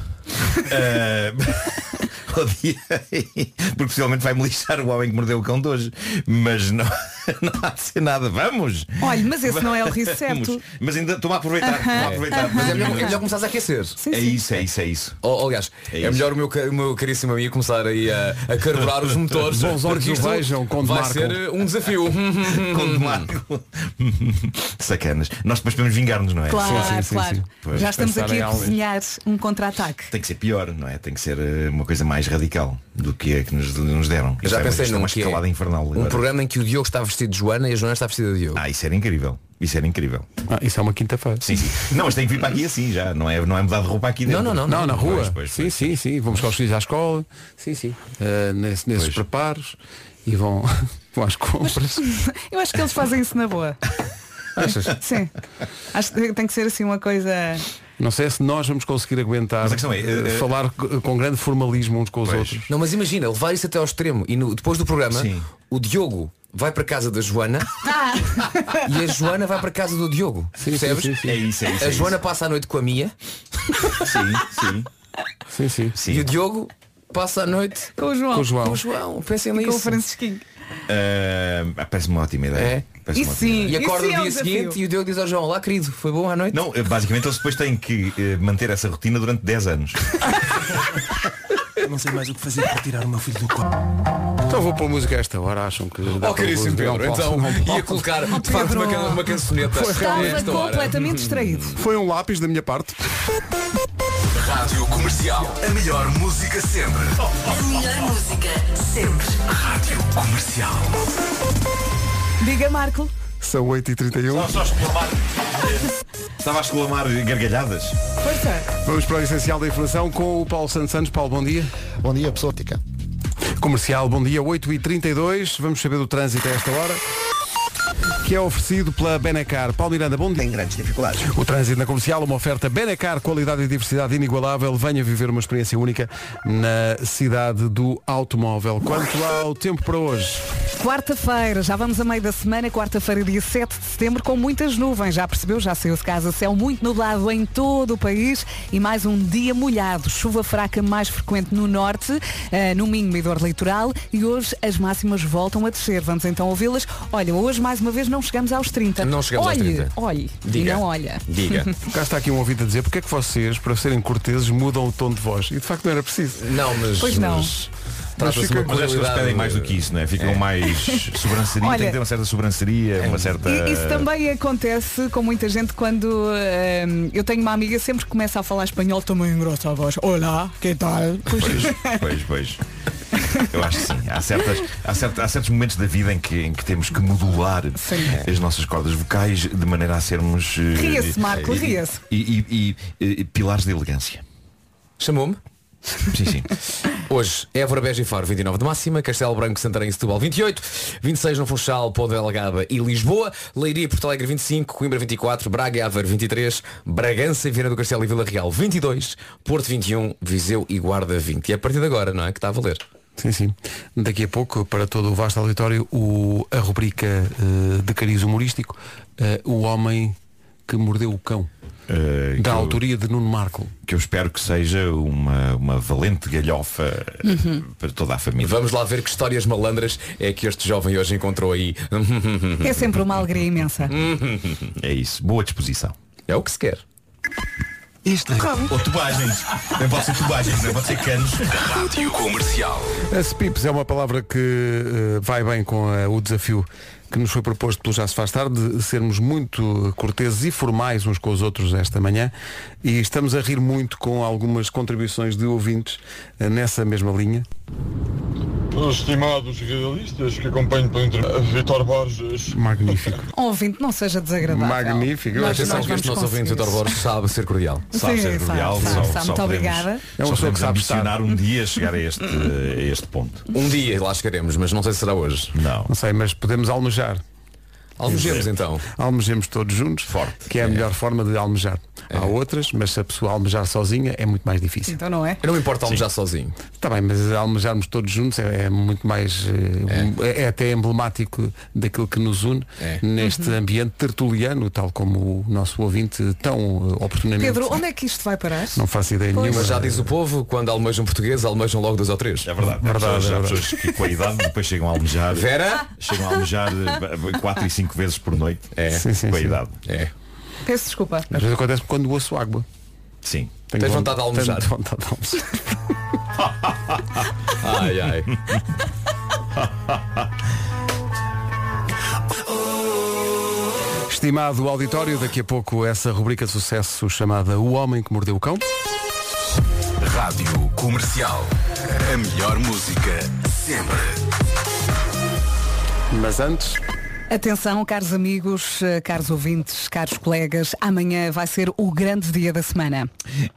S15: Ah, odiei. Porque possivelmente vai-me lixar o homem que mordeu o cão de hoje. Mas não, não há de ser nada. Vamos!
S3: Olha, mas esse não é o riso
S15: Vamos.
S3: certo.
S15: Mas ainda estou a aproveitar.
S3: Aham,
S15: estou a aproveitar.
S3: aham.
S9: Mas é melhor, é melhor começares a aquecer.
S15: É isso, é isso, é isso.
S9: Oh, aliás, é,
S15: isso.
S9: melhor o meu, ca- o meu caríssimo amigo começar aí a, a carburar os motores.
S1: Bons olhos
S9: porque
S1: o
S9: isto
S1: vejam, Conde
S9: Vai
S1: Marco.
S9: ser eh, um desafio.
S15: Conde Marco. Sacanas. Nós depois podemos vingar-nos, não é?
S3: Claro, claro.
S15: Pois,
S3: Já estamos
S15: pensar
S3: aqui
S15: em
S3: a
S15: aulas.
S3: cozinhar um contra-ataque.
S15: Tem que ser pior, não é? Tem que ser eh, uma coisa mais radical do que a que nos, nos deram.
S9: Eu já
S15: Isto é,
S9: pensei
S15: isto é
S9: num
S15: uma
S9: que é
S15: escalada infernal.
S9: um
S15: agora.
S9: programa em que o Diogo está vestido de Joana e a Joana está vestida de Diogo.
S15: Ah, isso era incrível. Isso era incrível.
S1: isso é uma quinta-feira.
S15: Sim, sim. Não, mas tem que vir para aqui assim já. Não é, não é mudar de roupa aqui dentro.
S1: Não, na rua.
S15: Pois, pois.
S1: sim, sim, sim. Vamos com os filhos à escola. Sim, sim. Eh, nesse- nesses preparos. E vão, vão às compras.
S3: Eu acho que eles fazem isso na boa.
S1: Achas?
S3: Sim. Acho que tem que ser assim uma coisa.
S1: Não sei se nós vamos conseguir aguentar
S9: Mas a questão é, eh,
S1: eh,
S9: eh,
S1: falar co- com grande formalismo uns com os outros.
S9: Não, mas imagina, levar isso até ao extremo e no- depois do programa,
S1: Sim.
S9: o Diogo vai para casa da Joana
S3: Ah.
S9: e a Joana vai para casa do Diogo.
S1: Sim,
S9: percebes?
S1: sim, sim, sim. É isso, é isso,
S9: A
S1: é
S9: Joana passa a noite com a Mia.
S15: Sim,
S1: sim. Sim,
S9: E o Diogo passa a noite
S3: com o João.
S15: Com o João.
S9: Com o João. Pensem
S3: E com
S9: nisso.
S3: o Francisquinho.
S15: Ah, parece-me uma ótima ideia. Parece-me uma ótima
S9: É. E
S15: ideia.
S9: acorda
S3: é um
S9: o dia seguinte e o Diogo diz ao João, lá querido, foi bom à noite?
S15: Não, eh, basicamente eles depois têm que eh, manter essa rotina durante 10 anos.
S8: Eu não sei mais o que fazer para tirar o meu filho do corpo.
S1: Então vou pôr música a esta hora, acham que.
S8: Oh, caríssimo Pedro, então,
S9: ia colocar, de
S1: de
S9: facto, uma can- uma cancioneta.
S3: Estava completamente distraído.
S1: Foi um lápis da minha parte.
S8: Rádio Comercial. A melhor música sempre.
S14: A melhor música sempre.
S8: Rádio Comercial.
S3: Diga, Marco.
S1: São 8h31.
S15: Estava a exclamar
S9: eh,
S15: gargalhadas.
S3: Força.
S1: Vamos para o essencial da informação com o Paulo Santos Santos. Paulo, bom dia. Bom dia, pessoa. Comercial, bom dia, 8h32. Vamos saber do trânsito a esta hora. Que é oferecido pela Benacar. Paulo Miranda, bom dia. Tem
S12: grandes dificuldades.
S1: O trânsito na comercial, uma oferta Benacar, qualidade e diversidade inigualável. Venha viver uma experiência única na cidade do automóvel. Quanto ao tempo para hoje.
S3: Quarta-feira, já vamos a meio da semana, quarta-feira, dia 7 de setembro, com muitas nuvens. Já percebeu? Já saiu de casa. Céu muito nublado em todo o país e mais um dia molhado. Chuva fraca mais frequente no norte, eh, no Minho e Dor Litoral. E hoje as máximas voltam a descer. Vamos então ouvi-las. Olha, hoje mais uma vez não chegamos aos 30.
S1: Não chegamos aos
S3: olhe,
S1: 30.
S3: Olhe,
S1: Diga.
S3: E não olha.
S1: Cá está aqui um ouvido a dizer porque é que vocês, para serem corteses, mudam o tom de voz. E de facto não era preciso.
S9: Não, mas.
S1: Pois não.
S15: Mas, mas,
S1: Trata-se de uma
S15: acho que eles
S1: qualidade-
S15: pedem mais do que isso, não é? Ficam
S1: É.
S15: mais sobranceria,
S3: Olha-
S15: tem que ter uma certa sobranceria,
S9: é.
S15: uma certa.
S3: E isso também acontece com muita gente quando hum, eu tenho uma amiga sempre que começa a falar espanhol também engrossa a voz. Olá, que tal? Pois,
S15: Pois, pois. Eu acho que sim. Há, certas, há, certa- há certos momentos da vida em que, em que temos que modular as nossas cordas vocais de maneira a sermos. eh,
S3: Ria-se, Marco,
S15: eh,
S3: ria-se.
S15: E, e- e, eh, pilares de elegância.
S9: Chamou-me?
S15: Sim, sim.
S9: Hoje, é Évora, Beja e Faro, 29 de máxima, Castelo Branco, Santarém e Setúbal, 28, 26 no Funchal, Ponta Delgada e Lisboa, Leiria, e Porto Alegre, 25, Coimbra, 24, Braga e Aveiro, 23, Bragança e Viana do Castelo e Vila Real, 22, Porto, 21, Viseu e Guarda, 20. E a partir de agora, não é? Que está a valer.
S1: Sim, sim. Daqui a pouco, para todo o vasto auditório, o, a rubrica eh, de cariz humorístico, eh, O Homem que Mordeu o Cão,
S15: Eh,
S1: da
S15: que eu-
S1: autoria de Nuno Marco.
S15: Que eu espero que seja uma, uma valente galhofa eh,
S3: Uhum.
S15: para toda a família.
S9: Vamos lá ver que histórias malandras é que este jovem hoje encontrou aí.
S3: É sempre uma alegria imensa.
S15: É isso. Boa disposição.
S9: É o que se quer.
S15: Isto é Ou tubagens. Não pode ser tubagens, não pode ser canos.
S8: Rádio Comercial.
S1: A SPIPS é uma palavra que eh, vai bem com eh, o desafio que nos foi proposto pelo Já se faz tarde, de sermos muito corteses e formais uns com os outros esta manhã e estamos a rir muito com algumas contribuições de ouvintes eh, nessa mesma linha.
S16: Estimados realistas que acompanham pela internet, Vitor Borges.
S1: Magnífico.
S3: Um ouvinte, não seja desagradável.
S1: Magnífico.
S3: Nós-
S9: Atenção
S3: nós
S9: que este nosso
S3: vamos
S9: ouvinte,
S3: conseguir.
S9: Vitor Borges, sabe ser cordial.
S3: Sabe Sim, ser É, sabe, cordial, sabe, só- sabe. só Muito podemos- obrigada.
S15: É uma pessoa que sabe ambicionar
S9: estar.
S15: um dia a chegar a este, a este ponto.
S9: Um dia lá chegaremos, mas não sei se será hoje.
S15: Não.
S1: Não sei, mas podemos almejar.
S9: Almejemos, então.
S1: Almejemos todos juntos. Forte. Que é a melhor forma de almejar.
S9: É.
S1: Há outras, mas se a pessoa almejar sozinha é muito mais difícil.
S3: Então não é?
S9: Não importa almejar sozinho.
S1: Está Tá bem, mas almejarmos todos juntos é, é muito mais. eh, É. é até emblemático daquilo que nos une
S9: É.
S1: neste ambiente tertuliano, tal como o nosso ouvinte tão eh, oportunamente.
S3: Pedro, onde é que isto vai parar?
S1: Não faço ideia
S9: Pois.
S1: nenhuma.
S9: Mas já diz o povo, quando almejam português, almejam logo dois ou três. É
S15: verdade. Há pessoas, há pessoas que com a idade depois chegam a almejar.
S9: Vera?
S15: Chegam a almejar 4 e 5 vezes por noite. É.
S1: Sim, sim,
S15: com a
S1: sim.
S15: idade.
S9: É.
S3: Peço desculpa.
S1: Às vezes acontece quando ouço água.
S15: Sim.
S1: Tenho
S15: Tens
S1: von-
S15: vontade de almejar?
S1: Tenho vontade de almejar.
S9: Ai, ai.
S1: Estimado auditório, daqui a pouco essa rubrica de sucesso chamada O Homem que Mordeu o Cão.
S8: Rádio Comercial. A melhor música sempre.
S1: Mas antes.
S3: Atenção, caros amigos, eh, caros ouvintes, caros colegas, amanhã vai ser o grande dia da semana.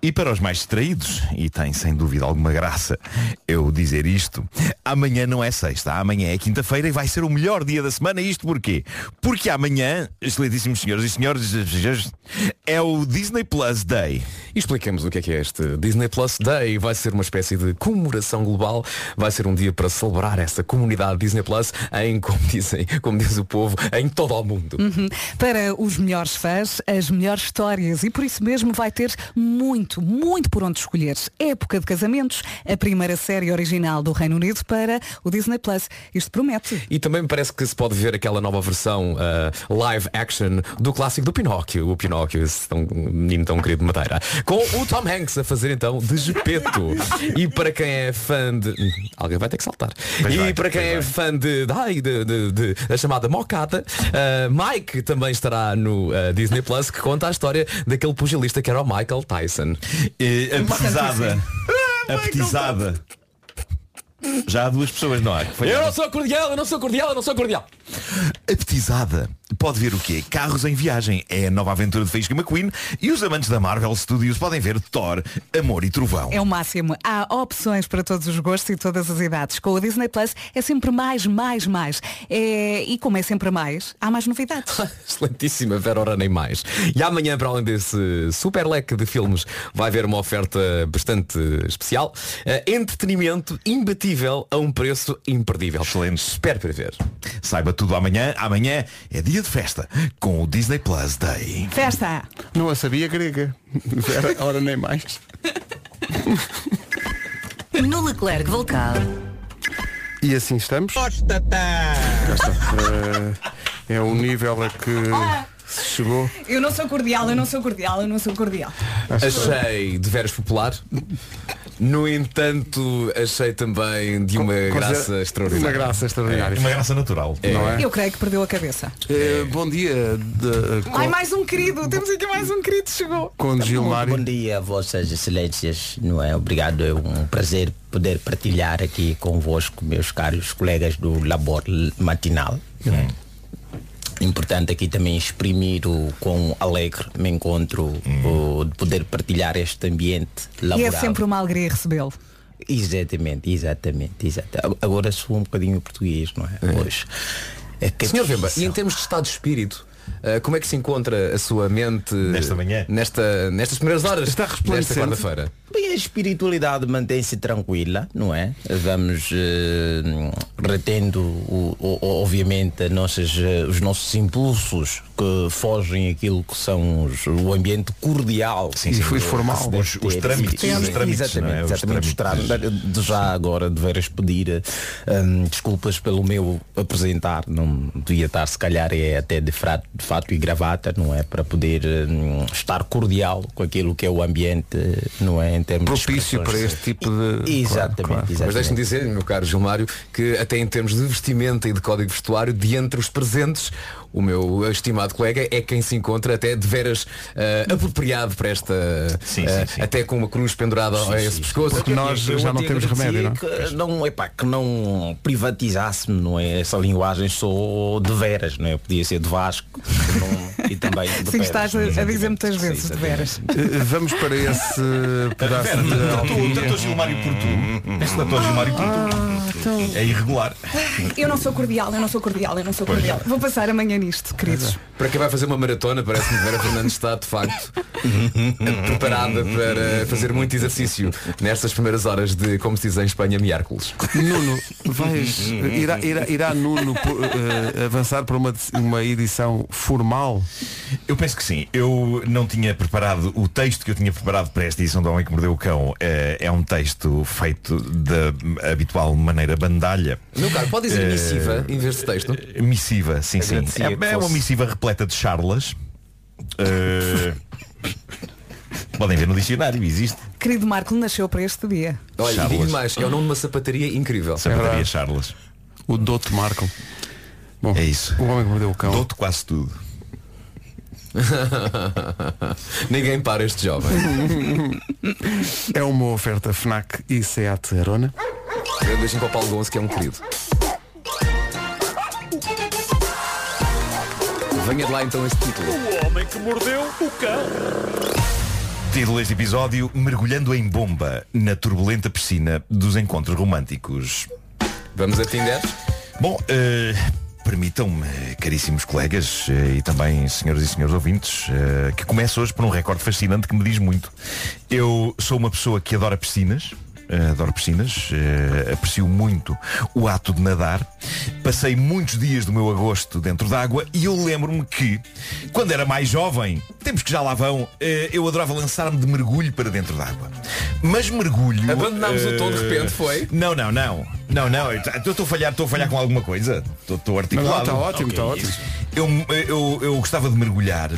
S15: E para os mais distraídos, e tem sem dúvida alguma graça eu dizer isto, amanhã não é sexta, amanhã é quinta-feira e vai ser o melhor dia da semana. E Isto porquê? Porque amanhã, excelentíssimos senhores e senhores, é o Disney Plus Day.
S9: E expliquemos o que é que é este Disney Plus Day. Vai ser uma espécie de comemoração global. Vai ser um dia para celebrar essa comunidade Disney Plus em, como dizem, como diz o povo, em todo o mundo.
S3: Uhum. Para os melhores fãs, as melhores histórias e por isso mesmo vai ter muito, muito por onde escolher. Época de casamentos, a primeira série original do Reino Unido para o Disney Plus. Isto promete.
S9: E também me parece que se pode ver aquela nova versão uh, ah, live action do clássico do Pinóquio. O Pinóquio, esse tão, menino tão querido de Madeira. Com o Tom Hanks a fazer então de Gepeto. E para quem é fã de. Alguém vai ter que saltar. e para quem é fã de, de, ai, de- de- de- da chamada Mocata, ah, Mike também estará no ah, Disney Plus que conta a história daquele pugilista que era o Michael Tyson. Ah,
S15: apetizada. Apetizada. Já há duas pessoas, não há? que foi-
S9: Eu não sou cordial, eu não sou cordial, eu não sou cordial.
S15: Apetizada. Pode ver o quê? Carros em viagem. É a nova aventura de Faísca McQueen e os amantes da Marvel Studios podem ver Thor, Amor e Trovão.
S3: É o máximo. Há opções para todos os gostos e todas as idades. Com o Disney Plus é sempre mais, mais, mais. É, E como é sempre mais, há mais novidades.
S9: Excelentíssima Vera Ora nem mais. E amanhã, para além desse super leque de filmes, vai haver uma oferta bastante especial. Eh, entretenimento imbatível a um preço imperdível. Excelente. Espero É para ver.
S15: Saiba tudo amanhã. Amanhã é dia de festa com o Disney Plus Day.
S3: Festa!
S1: Não a sabia grega. Era, ora nem mais.
S14: No Leclerc Volcal.
S1: E assim estamos. Cá está. Eh, É o nível a que se chegou.
S3: Eu não sou cordial, eu não sou cordial, eu não sou cordial.
S9: Achei de veras popular. No entanto, achei também de uma
S1: Com-
S9: graça
S1: com-
S9: extraordinária.
S1: Uma graça extraordinária.
S9: É, uma graça
S15: natural.
S1: Não é?
S3: Eu creio que perdeu a cabeça.
S1: Eh, bom dia. de-
S3: Ai, mais um querido, temos aqui mais um querido que chegou.
S1: com
S17: Gilmário. Bom dia, vossas excelências, não é? Obrigado, é um prazer poder partilhar aqui convosco, meus caros colegas do labor l- matinal. não é? Importante aqui também exprimir o quão alegre me encontro o, de poder partilhar este ambiente
S3: E é
S17: laboral.
S3: sempre uma alegria recebê-lo.
S17: Exatamente, exatamente, exatamente. Agora sou um bocadinho português, não é? Hoje. É que é
S9: Senhor Vemba,
S17: difícil.
S9: e em termos de estado de espírito, ah, como é que se encontra a sua mente nesta manhã? Nesta, nestas primeiras horas desta quarta-feira?
S17: Bem, a espiritualidade mantém-se tranquila, não é? Vamos eh, retendo, o- o- o- obviamente, as nossas, eh, os nossos impulsos que fogem aquilo que são os- o ambiente cordial.
S15: Sim, sim,
S17: que
S15: os
S17: se
S15: formal.
S17: deve
S15: Os- os
S17: ter.
S15: trâmites,
S17: Sim,
S15: os
S17: sim,
S15: trâmites,
S17: Exatamente,
S15: não é? Os
S17: exatamente. os
S15: trâmites.
S17: trâmites. De Já agora deveras pedir eh, hum, desculpas pelo meu apresentar. Não devia estar, se calhar, é até de, fra- de fato e gravata, não é? Para poder hum, estar cordial com aquilo que é o ambiente, não é? Em termos
S1: Propício
S17: de expressões.
S1: para este tipo de.
S17: Exatamente,
S9: Mas
S17: exatamente.
S9: deixe-me dizer, meu caro Gilmário, que até em termos de vestimenta e de código vestuário, de entre os presentes, o meu estimado colega é quem se encontra até de veras ah, apropriado para esta. ah, Até com uma cruz pendurada
S17: Sim,
S9: a
S17: sim,
S9: é esse
S17: sim.
S9: pescoço.
S17: Porque eu até
S9: é?
S17: agradecia Que não, é? epá, que não privatizasse-me, não é? Essa linguagem sou de veras, não é? Podia ser de Vasco não- e também de
S3: Sim,
S17: Peras,
S3: estás
S17: não é?
S3: a, a dizer muitas vezes, de veras.
S1: Eh, Vamos para esse pedaço
S15: Vera,
S1: de.
S15: tratou-
S1: alquimia.
S15: tratou Gilmário por tu. Este tratou Gilmário por tu. É irregular.
S3: Eu não sou cordial, eu não sou cordial, eu não sou cordial. Vou passar amanhã nisto, queridos.
S9: é. Para quem vai fazer uma maratona, parece-me que Vera Fernandes está de facto preparada para fazer muito exercício nestas primeiras horas de, como se diz em Espanha, miércoles.
S1: Nuno, vais, irá, irá, irá Nuno pô, eh, avançar para uma, uma edição formal?
S15: Eu penso que sim. Eu não tinha preparado o texto que eu tinha preparado para esta edição do Homem que Mordeu o Cão. eh, É, um texto feito da habitual maneira bandalha.
S9: Meu caro, pode dizer
S15: Eh,
S9: missiva em vez de texto?
S15: Missiva, sim, sim.
S9: Agradecia que
S15: É, é uma
S9: fosse.
S15: missiva repleta de charlas. Eh, podem ver no dicionário, existe.
S3: Querido Marco, nasceu para este dia.
S9: Olha, e
S15: Charlas.
S9: digo mais, é o nome de uma sapataria incrível.
S15: Sapataria Charles.
S1: O Douto Marco. Bom,
S15: é isso.
S1: O homem que mordeu o cão.
S15: Douto quase tudo.
S9: Ninguém para este jovem.
S1: É uma oferta FNAC e SEAT Arona.
S9: Deixem para o Paulo Gonço, que é um querido. Venha de lá então esse título.
S14: O homem que mordeu o cão.
S15: Título deste episódio Mergulhando em bomba na turbulenta piscina dos encontros românticos.
S9: Vamos a Tinder?
S15: Bom, eh, permitam-me, caríssimos colegas eh, e também senhoras e senhores ouvintes, eh, que comece hoje por um recorde fascinante que me diz muito. Eu sou uma pessoa que adora piscinas. eh, Adoro piscinas, eh, aprecio muito o ato de nadar. Passei muitos dias do meu agosto dentro d'água e eu lembro-me que, quando era mais jovem, tempos que já lá vão, eh, eu adorava lançar-me de mergulho para dentro d'água. Mas mergulho.
S9: Abandonámos o tom de
S15: eh,
S9: repente, foi?
S15: Não, não, não. Não, não. eu Estou a falhar, estou a falhar com alguma coisa. Estou- Estou articulado.
S1: Não, não, está tá ótimo,
S15: Ok,
S1: está ótimo.
S15: isso. Eu, eu, eu gostava de mergulhar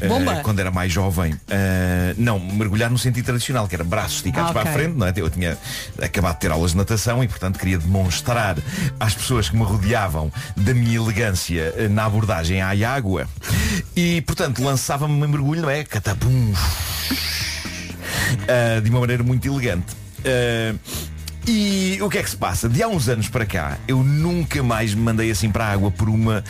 S15: eh,
S18: Bomba.
S15: quando era mais jovem, eh, não, mergulhar no sentido tradicional, que era braços esticados
S18: Ah,
S15: para a
S18: ok.
S15: frente, não é? Eu tinha acabado de ter aulas de natação e, portanto, queria demonstrar às pessoas que me rodeavam da minha elegância eh, na abordagem à água. E, portanto, lançava-me um mergulho, não é? Catapum. Ah, de uma maneira muito elegante. Ah, e o que é que se passa? De há uns anos para cá, eu nunca mais me mandei assim para a água por uma.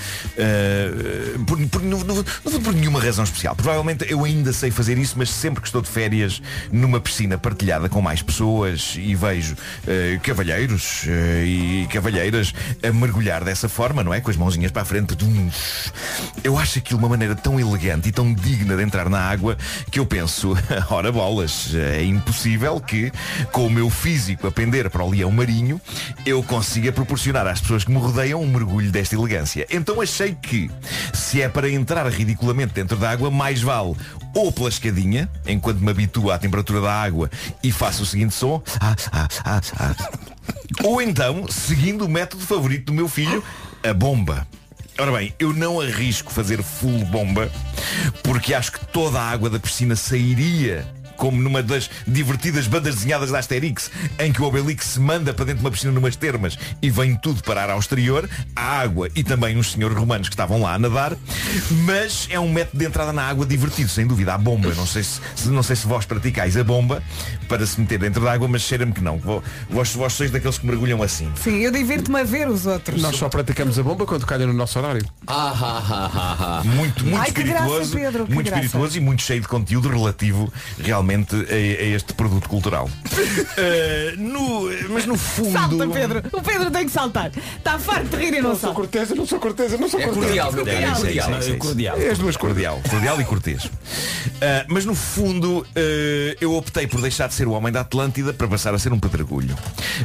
S15: ah, por, por- no- no- no fundo, por nenhuma razão especial. Provavelmente eu ainda sei fazer isso, mas sempre que estou de férias numa piscina partilhada com mais pessoas e vejo ah, cavalheiros ah, e cavalheiras a mergulhar dessa forma, não é? Com as mãozinhas para a frente. Dum. Eu acho aquilo uma maneira tão elegante e tão digna de entrar na água que eu penso, ora bolas, é impossível que com o meu físico a pender para o leão marinho eu consiga proporcionar às pessoas que me rodeiam um mergulho desta elegância. Então achei que se é para entrar ridiculamente dentro da água, mais vale ou pela escadinha, enquanto me habituo à temperatura da água e faço o seguinte som, ah, ah, ah, ah. ou então, seguindo o método favorito do meu filho, a bomba. Ora bem, eu não arrisco fazer full bomba porque acho que toda a água da piscina sairia como numa das divertidas bandas desenhadas da Asterix, em que o Obelix se manda para dentro de uma piscina numas termas e vem tudo parar ao exterior, a água e também uns senhores romanos que estavam lá a nadar, mas é um método de entrada na água divertido, sem dúvida, a bomba. Não sei se, se- não sei se vós praticais a bomba para se meter dentro da água, mas cheira-me que não. que vo- Vós, vós sois daqueles que mergulham assim.
S3: Sim, eu divirto-me a ver os outros.
S1: Nós só praticamos a bomba quando calha no nosso horário.
S9: Ah,
S15: Muito, muito
S3: Ai, que graça,
S15: espirituoso,
S3: Pedro, que
S15: muito
S3: graça.
S15: espirituoso e muito cheio de conteúdo relativo realmente a, a este produto cultural. Eh, no- mas no fundo.
S18: Salta, Pedro. O Pedro tem que saltar. Está farto de rir e não, não sou
S1: cortês, eu não sou cortês, eu não
S18: sou
S15: É isso, é isso, é isso. É as duas cordial. Cordial e cortês. Ah, mas no fundo, eh, eu optei por deixar de ser o homem da Atlântida para passar a ser um pedregulho.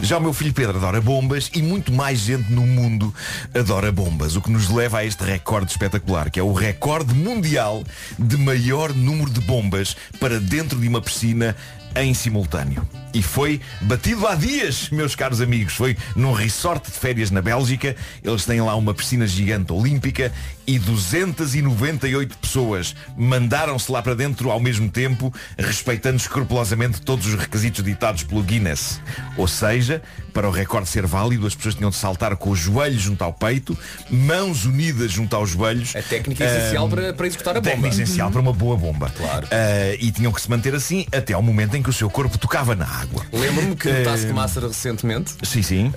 S15: Já o meu filho Pedro adora bombas e muito mais gente no mundo adora bombas, o que nos leva a este recorde espetacular, que é o recorde mundial de maior número de bombas para dentro de uma piscina em simultâneo. E foi batido há dias, meus caros amigos. Foi num resort de férias na Bélgica. Eles têm lá uma piscina gigante olímpica e 298 pessoas mandaram-se lá para dentro ao mesmo tempo, respeitando escrupulosamente todos os requisitos ditados pelo Guinness. Ou seja, para o recorde ser válido, as pessoas tinham de saltar com o joelho junto ao peito, mãos unidas junto aos joelhos. A
S9: técnica essencial para- para executar a bomba.
S15: Técnica essencial
S9: Uhum.
S15: para uma boa bomba. Claro. e tinham que se manter assim até ao momento em que o seu corpo tocava na água.
S9: Lembro-me que
S15: Eh,
S9: no Taskmaster recentemente Ah,
S15: Sim, sim.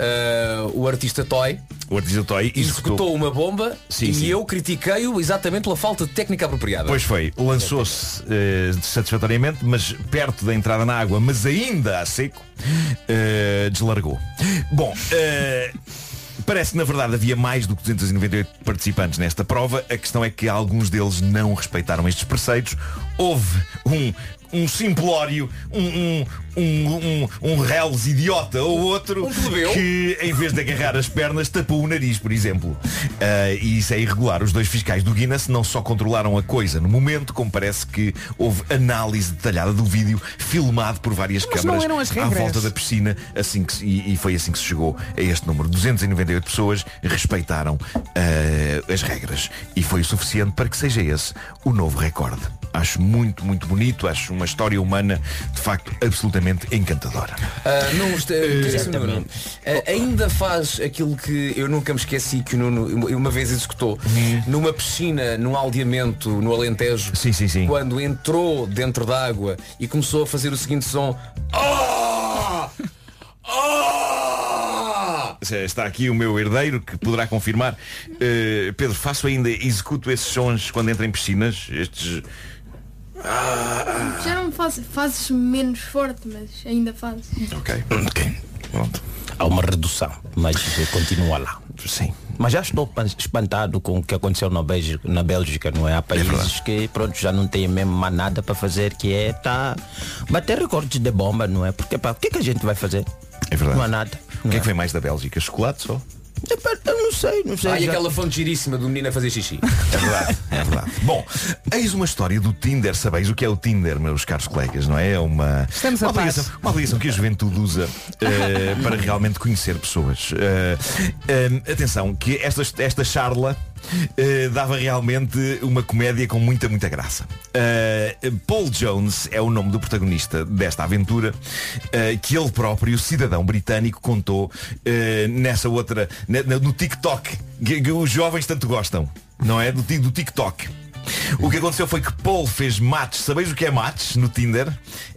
S9: o artista Toy
S15: O artista Toy
S9: executou,
S15: executou
S9: uma bomba
S15: Sim,
S9: e
S15: sim.
S9: eu critiquei-o exatamente pela falta de técnica apropriada.
S15: Pois foi, lançou-se eh, satisfatoriamente, mas perto da entrada na água, mas ainda a seco, eh, deslargou. Bom, eh, parece que na verdade havia mais do que 298 participantes nesta prova. A questão é que alguns deles não respeitaram estes preceitos. Houve um um simplório, um, um, um, um, um reles idiota ou outro
S18: Um
S15: que em vez de agarrar as pernas tapou o nariz, por exemplo. Ah, e isso é irregular. Os dois fiscais do Guinness não só controlaram a coisa no momento, como parece que houve análise detalhada do vídeo filmado por várias
S18: Mas não
S15: câmaras
S18: eram as
S15: à
S18: regras.
S15: volta da piscina assim que se- e, e foi assim que se chegou a este número. 298 pessoas respeitaram ah, as regras e foi o suficiente para que seja esse o novo recorde. Acho muito, muito bonito, acho uma história humana de facto absolutamente encantadora.
S9: Ah, não, este- este- este-
S15: Exatamente.
S9: Nuno, ah, ainda faz aquilo que eu nunca me esqueci que o Nuno uma vez executou numa piscina, num aldeamento, no Alentejo,
S15: Uhum. sim, sim, sim.
S9: quando entrou dentro da água e começou a fazer o seguinte som. "Ah! Ah!"
S15: Está aqui o meu herdeiro que poderá confirmar. Eh, Pedro, faço ainda, executo esses sons quando entro em piscinas. Estes. Ah,
S19: Já não faz, fazes menos forte, mas ainda fazes.
S15: Ok.
S20: Há uma redução, mas continua lá.
S15: Sim.
S20: Mas já estou pan- espantado com o que aconteceu na Bélgica, na Bélgica não é? Há países que pronto, já não têm mesmo mais nada para fazer, que é tá, bater recordes de bomba, não é? Porque pá, o que é que a gente vai fazer?
S15: É verdade.
S20: Não há nada.
S15: O que é que vem mais da Bélgica? Chocolate só?
S20: Eu não sei, não sei.
S9: Ah, e
S20: já-
S9: aquela fonte giríssima do menino a fazer xixi.
S15: É verdade, é verdade. Bom, eis uma história do Tinder. Sabeis o que é o Tinder, meus caros colegas, não é? É uma,
S18: Estamos
S15: uma,
S18: a par.
S15: aplicação, uma aplicação que a juventude usa eh, para realmente conhecer pessoas. Eh, eh, atenção, que esta, esta charla eh, dava realmente uma comédia com muita, muita graça. Eh, Paul Jones é o nome do protagonista desta aventura eh, que ele próprio, cidadão britânico, contou eh, nessa outra, na- na- no TikTok, que, que os jovens tanto gostam, não é? Do, ti- do TikTok. O que aconteceu foi que Paul fez match. Sabeis o que é match no Tinder?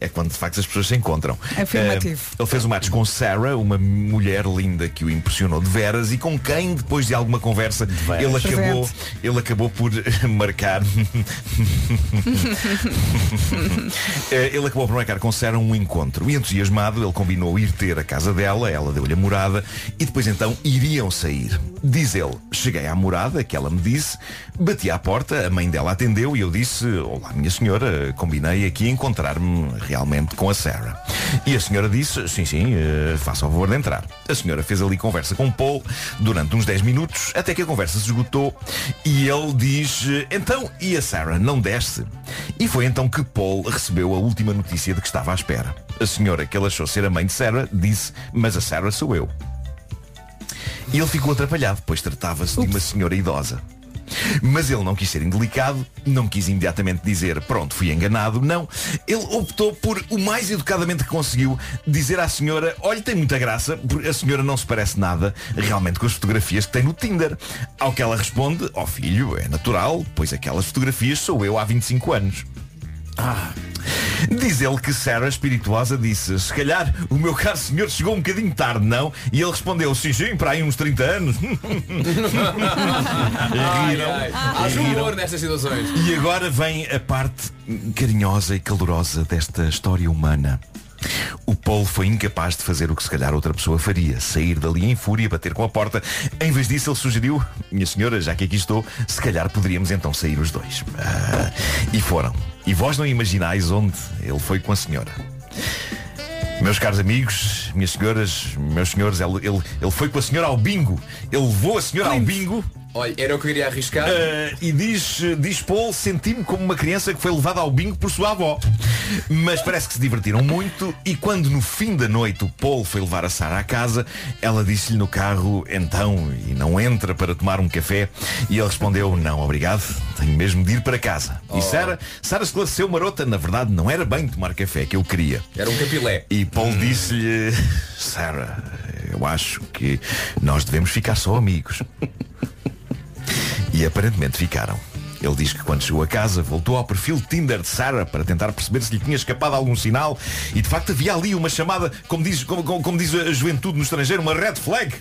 S15: É quando de facto as pessoas se encontram.
S3: Afirmativo.
S15: Eh, ele fez um match com Sarah, uma mulher linda que o impressionou de veras e com quem, depois de alguma conversa, ele acabou,
S17: Presente.
S15: ele acabou por marcar. Eh, ele acabou por marcar com Sarah um encontro. E entusiasmado, ele combinou ir ter a casa dela, ela deu-lhe a morada e depois então iriam sair. Diz ele, cheguei à morada, que ela me disse, bati à porta, a mãe dela atendeu e eu disse, olá minha senhora, combinei aqui encontrar-me realmente com a Sarah. E a senhora disse, sim, sim, eh, faça o favor de entrar. A senhora fez ali conversa com Paul durante uns 10 minutos, até que a conversa se esgotou e ele diz, então, e a Sarah não desce? E foi então que Paul recebeu a última notícia de que estava à espera. A senhora que ele achou ser a mãe de Sarah disse, mas a Sarah sou eu. E ele ficou atrapalhado, pois tratava-se de uma senhora idosa. Mas ele não quis ser indelicado, não quis imediatamente dizer pronto, fui enganado, não. Ele optou por, o mais educadamente que conseguiu, dizer à senhora, olha, tem muita graça, porque a senhora não se parece nada realmente com as fotografias que tem no Tinder. Ao que ela responde, ó filho, é natural, pois aquelas fotografias sou eu há 25 anos. Ah. Diz ele que Sarah Espirituosa disse Se calhar o meu caro senhor chegou um bocadinho tarde, não? E ele respondeu Sim, sim, para aí uns 30 anos Riram,
S9: Ai, ai. Há
S15: riram.
S9: humor né? nestas situações.
S15: E agora vem a parte carinhosa e calorosa desta história humana. O Paulo foi incapaz de fazer o que se calhar outra pessoa faria, sair dali em fúria, bater com a porta. Em vez disso, ele sugeriu, minha senhora, já que aqui estou, se calhar poderíamos então sair os dois. Ah, e foram. E vós não imaginais onde ele foi com a senhora. Meus caros amigos, minhas senhoras, meus senhores, ele, ele, ele foi com a senhora ao bingo. Ele levou a senhora ao bingo.
S9: Olha, era o que eu iria arriscar.
S15: Eh, e diz, diz Paul, senti-me como uma criança que foi levada ao bingo por sua avó. Mas parece que se divertiram muito e quando no fim da noite o Paul foi levar a Sara à casa, ela disse-lhe no carro, então, e não entra para tomar um café? E ele respondeu, não, obrigado, tenho mesmo de ir para casa.
S9: Oh.
S15: E Sara, Sara esclareceu marota, na verdade não era bem tomar café que eu queria.
S9: Era um capilé.
S15: E Paul disse-lhe, Sarah, eu acho que nós devemos ficar só amigos. e aparentemente ficaram. Ele diz que quando chegou a casa voltou ao perfil Tinder de Sarah para tentar perceber se lhe tinha escapado algum sinal e de facto havia ali uma chamada, como diz, como- como- como diz a juventude no estrangeiro, uma red flag.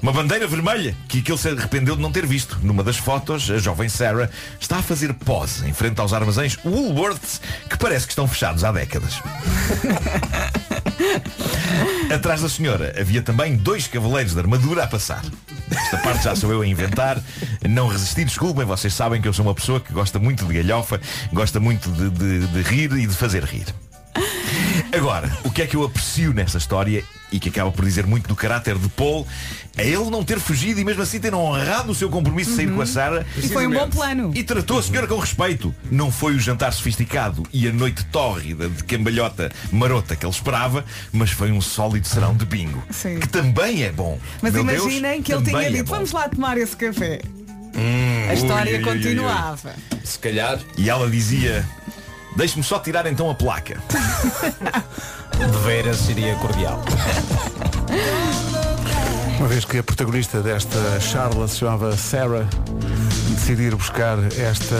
S15: Uma bandeira vermelha que, que ele se arrependeu de não ter visto. Numa das fotos, a jovem Sarah está a fazer pose em frente aos armazéns Woolworths, que parece que estão fechados há décadas. Atrás da senhora havia também dois cavaleiros de armadura a passar. Esta parte já sou eu a inventar. Não resisti, desculpem, vocês sabem que eu sou uma pessoa que gosta muito de galhofa, gosta muito de, de- de rir e de fazer rir. Agora, o que é que eu aprecio nesta história e que acaba por dizer muito do caráter de Paul é ele não ter fugido e mesmo assim ter honrado o seu compromisso de sair
S3: Uhum.
S15: com a Sara.
S3: E foi um bom plano.
S15: E tratou a senhora com respeito. Não foi o jantar sofisticado e a noite tórrida de cambalhota marota que ele esperava, mas foi um sólido serão de bingo.
S3: Sim.
S15: Que também é bom.
S3: Mas
S15: Meu Deus,
S3: imaginem que ele tinha
S15: também é
S3: dito,
S15: bom.
S3: vamos lá tomar esse café.
S15: Hum,
S3: A história
S15: ui, ui, ui, ui.
S3: continuava.
S15: Se calhar. E ela dizia, deixe-me só tirar então a placa. de veras seria cordial.
S1: Uma vez que a protagonista desta charla se chamava Sarah e decidir buscar esta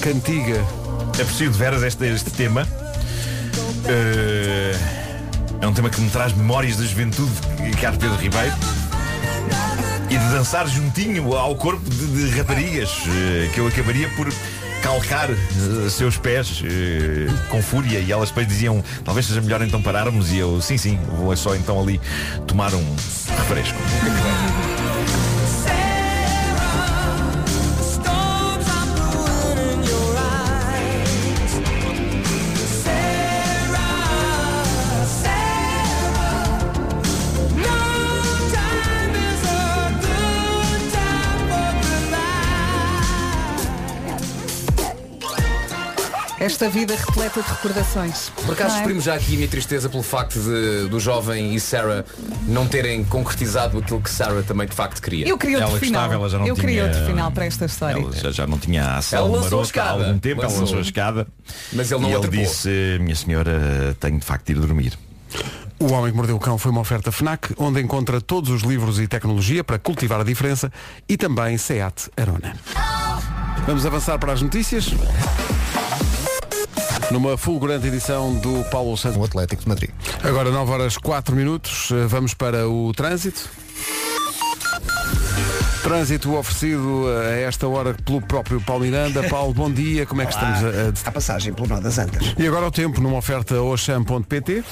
S1: cantiga.
S15: É preciso de veras este, este tema. Eh, é um tema que me traz memórias da juventude, Carlos Pedro Ribeiro. E de dançar juntinho ao corpo de, de raparigas, eh, que eu acabaria por calcar eh, seus pés eh, com fúria e elas depois diziam talvez seja melhor então pararmos e eu sim sim vou só então ali tomar um refresco
S3: Esta vida repleta de recordações.
S9: Por acaso
S3: Não é?
S9: exprimo já aqui a minha tristeza pelo facto de, do jovem e Sarah não terem concretizado aquilo que Sarah também de facto queria.
S3: Eu queria outro final. eu queria outro final para esta história.
S15: Ela já, já não tinha a ação
S9: Ela lançou a
S15: marota há
S9: escada.
S15: algum tempo, ela
S9: Lançou.
S15: lançou a escada.
S9: Mas ele não
S15: e ele
S9: atrapou.
S15: disse, "Eh, minha senhora, tenho de facto de ir dormir.
S1: O Homem que Mordeu o Cão foi uma oferta FNAC, onde encontra todos os livros e tecnologia para cultivar a diferença e também SEAT Arona. Vamos avançar para as notícias. Numa fulgurante edição do Paulo Santos. O Atlético de Madrid. Agora 9 horas 4 minutos, eh, vamos para o trânsito. Trânsito oferecido eh, a esta hora pelo próprio Paulo Miranda. Paulo, bom dia. Como é que
S12: Olá.
S1: estamos a, a... passagem pelo Nó das Antas. E agora o tempo numa oferta Oxam.pt.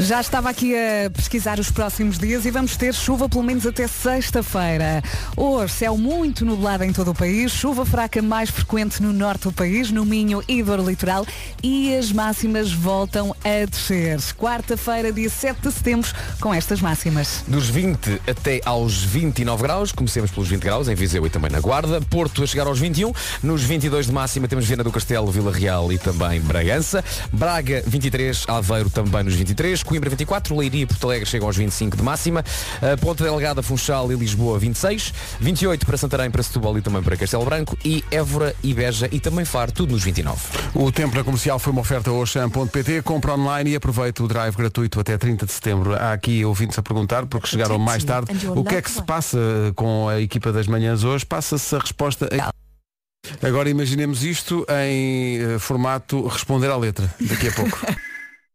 S3: Já estava aqui a pesquisar os próximos dias e vamos ter chuva pelo menos até sexta-feira. Hoje, céu muito nublado em todo o país, chuva fraca mais frequente no norte do país, no Minho e do litoral e as máximas voltam a descer. Quarta-feira, dia 7 de setembro, com estas máximas.
S9: Dos 20 até aos 29 graus, comecemos pelos 20 graus em Viseu e também na Guarda. Porto a chegar aos 21. Nos 22 de máxima temos Viana do Castelo, Vila Real e também Bragança. Braga 23, Aveiro também nos 23, Coimbra 24, Leiria e Porto Alegre chegam aos 25 de máxima. Eh, Ponta Delgada, Funchal e Lisboa 26, 28 para Santarém, para Setúbal e também para Castelo Branco e Évora e Beja e também Faro, tudo nos 29.
S1: O tempo na comercial foi uma oferta Oxam.pt, compra online e aproveita o drive gratuito até 30 de setembro. Há aqui ouvintes a perguntar, porque chegaram mais tarde, o que é que se passa com a equipa das manhãs hoje? Passa-se a resposta. em- Agora imaginemos isto em eh, formato responder à letra, daqui a pouco.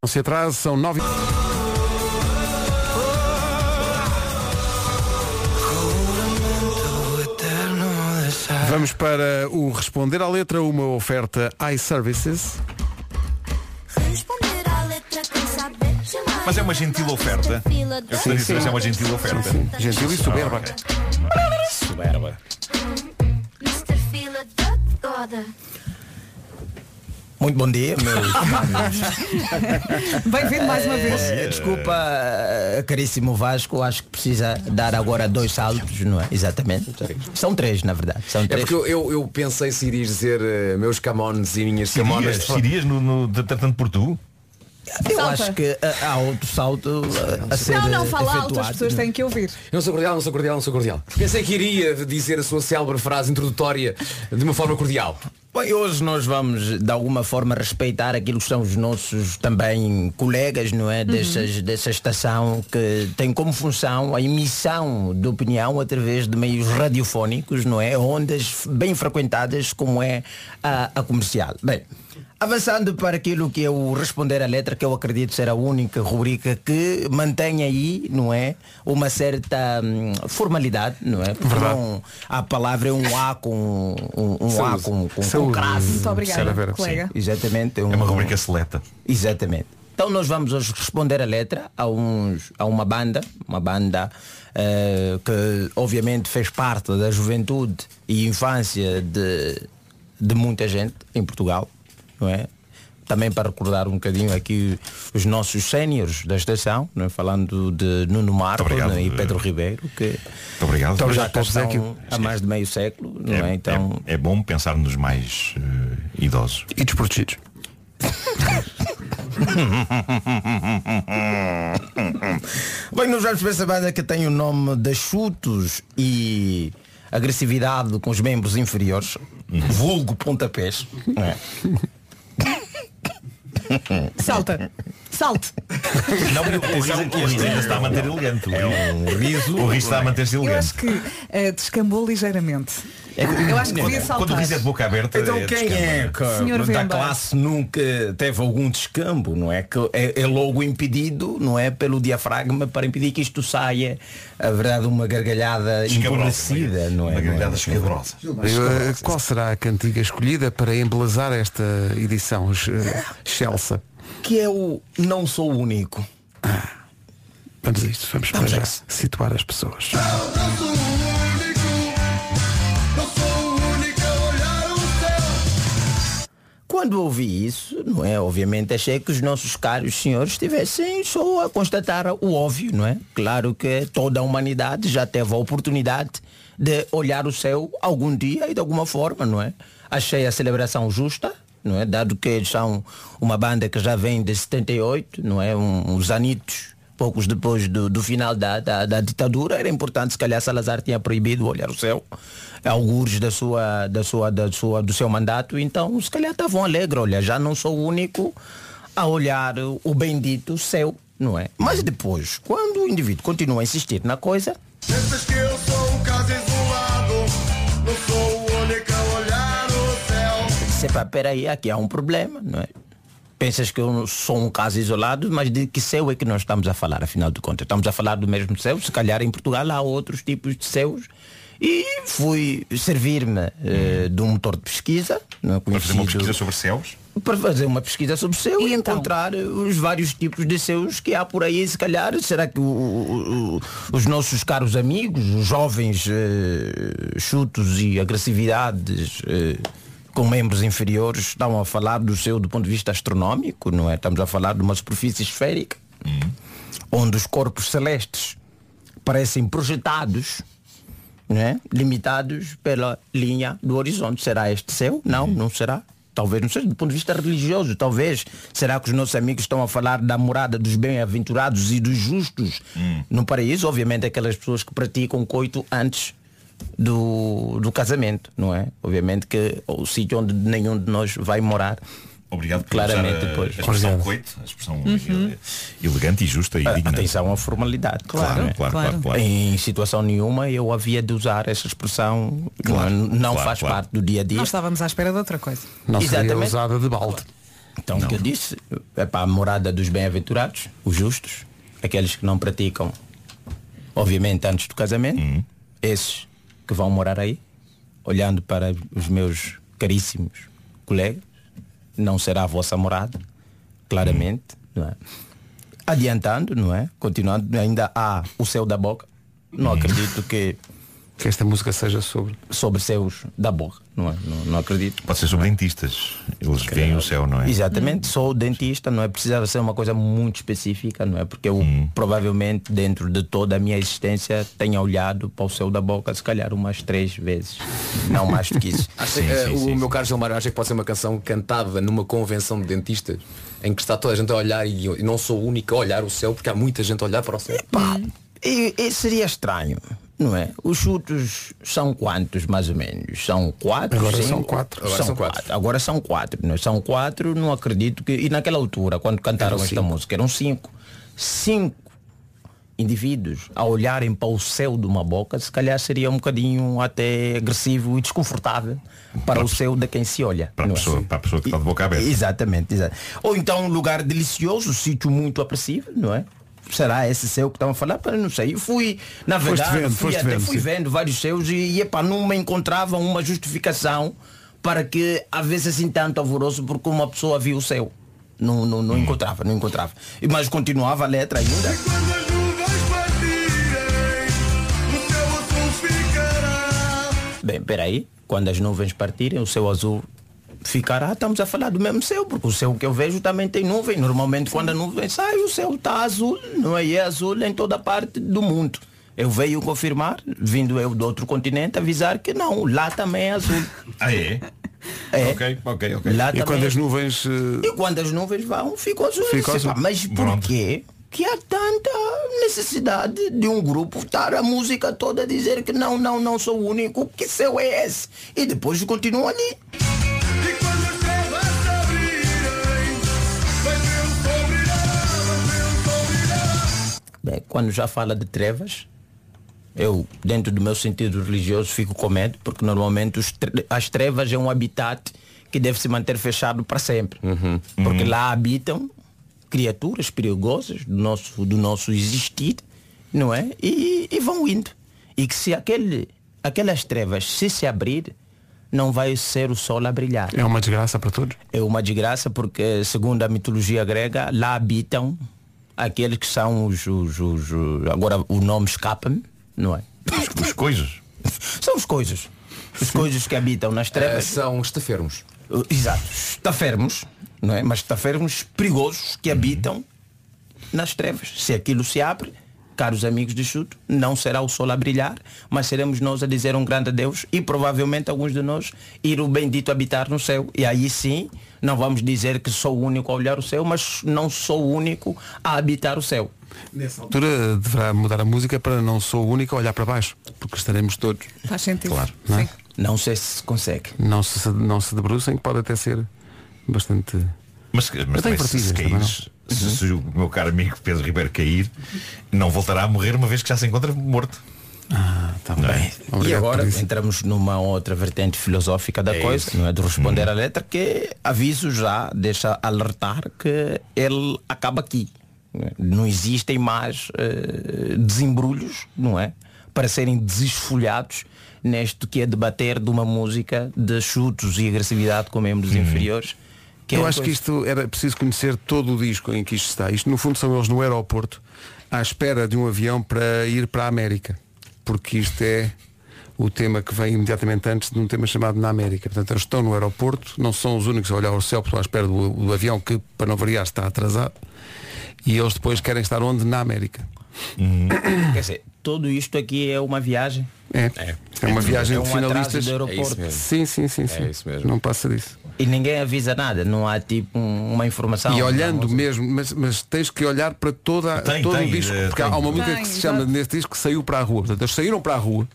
S1: Não se atrase, são nove. Vamos para o Responder à Letra, uma oferta iServices.
S15: Mas é uma gentil oferta. Eu
S1: Sim,
S15: sei dizer,
S1: sim.
S15: mas é uma gentil oferta.
S1: Sim, sim. Gentil e soberba.
S15: Ah, ok. Soberba.
S17: Muito bom dia, meus amigos.
S3: Bem-vindo mais uma vez.
S17: Eh, Desculpa, eh, caríssimo Vasco, acho que precisa dar agora dois saltos, não é? Exatamente. São três, na verdade. São
S9: É
S17: três.
S9: porque eu, eu, eu pensei se irias dizer eh, meus camones e minhas camonas.
S15: Sirias, Sirias no, no, tratando por tu?
S17: Eu
S3: Salta.
S17: acho que eh, há outro salto eh, a ser
S3: Não, não,
S17: eh,
S3: fala alto, as
S17: efetuado.
S3: pessoas têm que ouvir.
S9: Eu não sou cordial, não sou cordial, não sou cordial. Pensei que iria dizer a sua célebre frase introdutória de uma forma cordial.
S17: Bem, hoje nós vamos de alguma forma respeitar aquilo que são os nossos também colegas, não é? Dessas, dessa estação que tem como função a emissão de opinião através de meios radiofónicos, não é? Ondas bem frequentadas como é a, a comercial. Bem, avançando para aquilo que é o responder à letra, que eu acredito ser a única rubrica que mantém aí, não é? Uma certa hum, formalidade, não é? Porque
S1: Verdade.
S17: não- a palavra é um A com um, um um A
S1: Saúde.
S17: com, com, com
S1: Saúde.
S17: crase.
S1: Muito obrigada, Senhora Vera. colega.
S17: Sim, Exatamente. É
S15: uma rubrica seleta.
S17: Exatamente. Então nós vamos hoje responder a letra a, uns, a uma banda, uma banda eh, que obviamente fez parte da juventude e infância de, de muita gente em Portugal, não é? Também para recordar um bocadinho aqui os nossos séniores da estação, não é? falando de Nuno Marco não é? e Pedro Ribeiro, que
S15: obrigado. Muito
S17: já
S15: obrigado,
S17: cá
S15: Paulo
S17: estão
S15: Zequio.
S17: há mais de meio século, não é? Então,
S15: É bom pensar nos mais eh, idosos.
S1: E desprotegidos.
S17: Bem, nos vamos para essa banda que tem o nome de chutos e agressividade com os membros inferiores,
S15: Uhum.
S17: vulgo pontapés. não é?
S3: Salta. Salte.
S15: Não, porque o riso, o um riso ainda está a manter elegante. É um riso. O riso está a manter-se
S3: Eu acho
S15: elegante.
S3: que eh, descambou ligeiramente. Eu acho que devia saltar.
S15: É Quando o riso é de boca aberta.
S17: Então
S15: é
S17: quem
S15: descamba.
S17: é que
S3: Senhor
S17: da
S3: Vemba.
S17: classe nunca teve algum descambo, não é? Que é, é logo impedido, não é? Pelo diafragma para impedir que isto saia, a verdade, uma gargalhada
S15: Escabrosa,
S17: empobrecida, não é? Uma gargalhada
S15: escabrosa.
S1: Eu, eh, Qual será a cantiga escolhida para embelezar esta edição, eh, Chelsea?
S17: Que é o não sou o único.
S1: Vamos a isto, vamos para situar as pessoas.
S17: Quando ouvi isso, não é? Obviamente achei que os nossos caros senhores estivessem só a constatar o óbvio, não é? Claro que toda a humanidade já teve a oportunidade de olhar o céu algum dia e de alguma forma, não é? Achei a celebração justa, não é? Dado que eles são uma banda que já vem de 78, não é? Um, uns anitos, poucos depois do, do final da, da, da ditadura, era importante, se calhar Salazar tinha proibido olhar o céu, algures da sua, da sua, da sua, do seu mandato, então se calhar estavam alegre, olha, já não sou o único a olhar o bendito céu, não é? Mas depois, quando o indivíduo continua a insistir na coisa,
S14: Pensas que eu sou um caso isolado Não sou o único a olhar o céu
S17: disse, pá, peraí, aqui há um problema, não é? Pensas que eu sou um caso isolado, mas de que céu é que nós estamos a falar, afinal de contas? Estamos a falar do mesmo céu, se calhar em Portugal há outros tipos de céus. E fui servir-me eh, de um motor de pesquisa. Não é?
S15: Para fazer uma
S17: Conhecido-
S15: pesquisa sobre céus?
S17: para fazer uma pesquisa sobre o seu e, encontrar os vários tipos de seus que há por aí, se calhar, será que o- o- o- os nossos caros amigos, os jovens eh, chutos e agressividades eh, com membros inferiores estão a falar do seu do ponto de vista astronómico, não é? Estamos a falar de uma superfície esférica onde os corpos celestes parecem projetados né? limitados pela linha do horizonte. Será este céu? Não, não será. Talvez, não seja do ponto de vista religioso, talvez. Será que os nossos amigos estão a falar da morada dos bem-aventurados e dos justos
S15: Hum.
S17: no paraíso? Obviamente aquelas pessoas que praticam coito antes do, do casamento, não é? Obviamente que é o sítio onde nenhum de nós vai morar.
S15: Obrigado usar
S17: Claramente
S15: a-
S17: depois.
S15: a expressão coito, a expressão
S17: Uhum.
S15: elegante e justa e digna.
S17: Atenção à formalidade.
S15: Claro,
S17: não é?
S15: claro, claro, claro.
S17: Em situação nenhuma eu havia de usar essa expressão.
S3: Claro,
S17: não não
S3: claro,
S17: faz
S3: claro.
S17: parte do dia a dia.
S3: Nós estávamos à espera de outra coisa.
S17: usada de balde. Então o que eu disse é para a morada dos bem-aventurados, os justos, aqueles que não praticam, obviamente, antes do casamento,
S1: Hum.
S17: esses que vão morar aí, olhando para os meus caríssimos colegas, não será a vossa morada, claramente,
S1: Hum.
S17: não é? Adiantando, não é? Continuando, ainda há o céu da boca. Não acredito que.
S1: Hum. Que esta música seja sobre.
S17: Sobre céus da boca, não é? Não, não acredito.
S15: Pode ser sobre dentistas. Eles veem o céu, não é?
S17: Exatamente, só o dentista, não é? Precisava ser uma coisa muito específica, não é? Porque eu provavelmente dentro de toda a minha existência tenha olhado para o céu da boca, se calhar umas três vezes. Não mais do que isso.
S9: Acho que, eh, o meu caro Gilmar, acha que pode ser uma canção cantada numa convenção de dentistas em que está toda a gente a olhar e eu não sou o único a olhar o céu porque há muita gente a olhar para o céu.
S17: E, e seria estranho, não é? Os chutos são quantos, mais ou menos? São quatro?
S1: Agora
S17: cinco?
S1: são quatro.
S17: Agora são quatro. Agora são quatro. Não é? São quatro, não acredito que. E naquela altura, quando cantaram
S9: Eram
S17: esta
S9: cinco.
S17: música, eram cinco. Cinco indivíduos a olharem para o céu de uma boca, se calhar seria um bocadinho até agressivo e desconfortável para o céu de quem se olha.
S15: Para a,
S17: não é?
S15: pessoa, para a pessoa que está de boca aberta.
S17: Exatamente, exato. Ou então um lugar delicioso, um sítio muito apreciável, não é? Será esse céu que estão a falar? Pá, Não sei. Eu fui, na
S1: Foste
S17: verdade,
S1: vendo,
S17: fui,
S1: foste
S17: até,
S1: vendo,
S17: fui
S1: sim.
S17: vendo vários seus e, e epá, não me encontravam uma justificação para que havesse assim tanto alvoroço porque uma pessoa viu o céu. Não, não, não encontrava, não encontrava. E- Mas continuava a letra ainda.
S14: O teu azul ficará
S17: Bem, peraí, quando as nuvens partirem, o céu azul ficará, estamos a falar do mesmo céu, porque o céu que eu vejo também tem nuvem. Normalmente quando a nuvem sai, o céu está azul, não é? E é azul em toda parte do mundo. Eu veio confirmar, vindo eu do outro continente, avisar que não, lá também é azul.
S15: Ah, é?
S17: É.
S15: Ok, ok, ok.
S17: Lá
S1: E
S17: também
S1: quando
S17: é
S1: as nuvens. eh,
S17: e quando as nuvens vão, ficam azuis.
S1: Ficam
S17: Sei lá,
S1: azuis.
S17: Mas porquê que há tanta necessidade de um grupo estar a música toda a dizer que não, não, não sou o único, que céu é esse? E depois continua ali. Bem, É, quando já fala de trevas, eu, dentro do meu sentido religioso, fico com medo, porque normalmente os tre- as trevas é um habitat que deve se manter fechado para sempre. Porque lá habitam criaturas perigosas do nosso, do nosso existir, não é? E, e vão indo. E que se aquele, aquelas trevas se se abrir, não vai ser o sol a brilhar.
S1: É uma desgraça para todos.
S17: É uma desgraça porque, segundo a mitologia grega, lá habitam aqueles que são os. os- os- os- agora o nome escapa-me, não é? Os, coisas. São os coisas. Os coisas que habitam nas trevas. Ah, são estafermos. Exato. Estafermos, não é? Mas estafermos perigosos que habitam nas trevas. Se aquilo se abre, caros amigos de chute, não será o sol a brilhar, mas seremos nós a dizer um grande adeus e provavelmente alguns de nós ir o bendito habitar no céu. E aí sim, não vamos dizer que sou o único a olhar o céu, mas não sou o único a habitar o céu.
S1: Nessa altura eh, deverá mudar a música para não sou o único a olhar para baixo, porque estaremos todos.
S3: Faz sentido.
S1: Claro. Não, é?
S17: não sei se consegue.
S1: Não se, não se debrucem, que pode até ser bastante.
S15: Mas, mas
S1: tem é
S15: também, se, se
S1: partidas,
S15: caís, se, se o meu caro amigo Pedro Ribeiro cair, não voltará a morrer uma vez que já se encontra morto.
S1: Uhum.
S17: Ah,
S15: tá
S17: e agora entramos numa outra vertente filosófica da coisa, não é de
S1: Hum.
S17: responder à letra, que aviso já, deixa alertar que ele acaba aqui. não é? Não existem mais eh, desembrulhos, não é? Para serem desfolhados neste que é debater de uma música de chutos e agressividade com membros inferiores. é
S1: Hum. Eu
S17: uma
S1: acho que
S17: coisa-
S1: isto era preciso conhecer todo o disco em que isto está. Isto no fundo são eles no aeroporto à espera de um avião para ir para a América. Porque isto é o tema que vem imediatamente antes de um tema chamado Na América. Portanto, eles estão no aeroporto, não são os únicos a olhar o céu, porque estão à espera do, do avião que, para não variar, está atrasado. E eles depois querem estar onde? Na América.
S17: Quer dizer, tudo isto aqui é uma viagem.
S1: É.
S17: É,
S1: É uma viagem
S17: É um
S1: de
S17: atraso
S1: finalistas.
S17: de aeroporto. É isso mesmo.
S1: Sim, sim, sim,
S17: É
S1: sim.
S17: isso mesmo.
S1: Não passa disso.
S17: E ninguém avisa nada, não há tipo um- uma informação.
S1: E olhando mesmo, mas, mas tens que olhar para toda,
S17: Tem,
S1: todo
S17: tem,
S1: o disco,
S17: eh,
S1: porque há
S17: tem.
S1: uma música
S17: Tem,
S1: que se chama
S17: exato.
S1: neste disco que saiu para a rua. Portanto, eles saíram para a rua,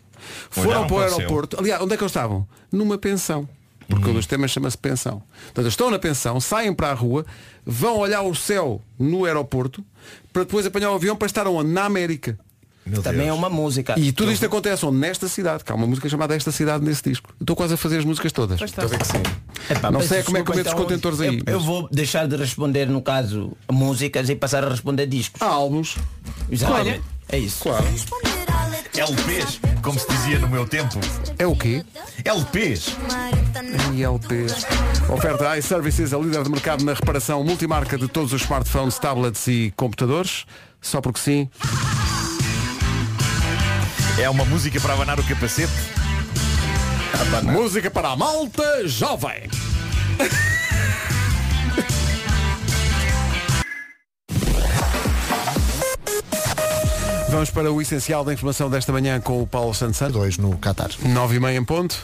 S1: foram
S15: Olharam
S1: para o
S15: para o céu.
S1: aeroporto. Aliás, onde é que eles estavam? Numa pensão. Porque
S17: Hum.
S1: um dos temas chama-se pensão. Portanto, eles estão na pensão, saem para a rua, vão olhar o céu no aeroporto, para depois apanhar o avião para estar onde? Na América.
S17: Também é uma música.
S1: E tudo isto acontece onde? Nesta cidade, que há uma música chamada Esta Cidade nesse disco. Eu Estou quase a fazer as músicas todas.
S17: Pois está. Estou a ver que sim. Epá,
S1: não
S17: peço
S1: sei como é que eu meto os
S17: desculpa, então,
S1: contentores aí.
S17: Eu, eu vou deixar de responder, no caso, músicas e passar a responder discos.
S1: álbuns.
S17: Exato.
S15: Claro.
S17: É isso.
S15: LPs, como se dizia no meu tempo.
S1: É o quê?
S15: LPs.
S1: ILPs. Oferta iServices, a líder de mercado na reparação multimarca de todos os smartphones, tablets e computadores. Só porque sim.
S15: É uma música para abanar o capacete.
S1: Música para a malta jovem. Vamos para o essencial da informação desta manhã com o Paulo Santos Santos. 2 no Qatar. 9 e meia em ponto.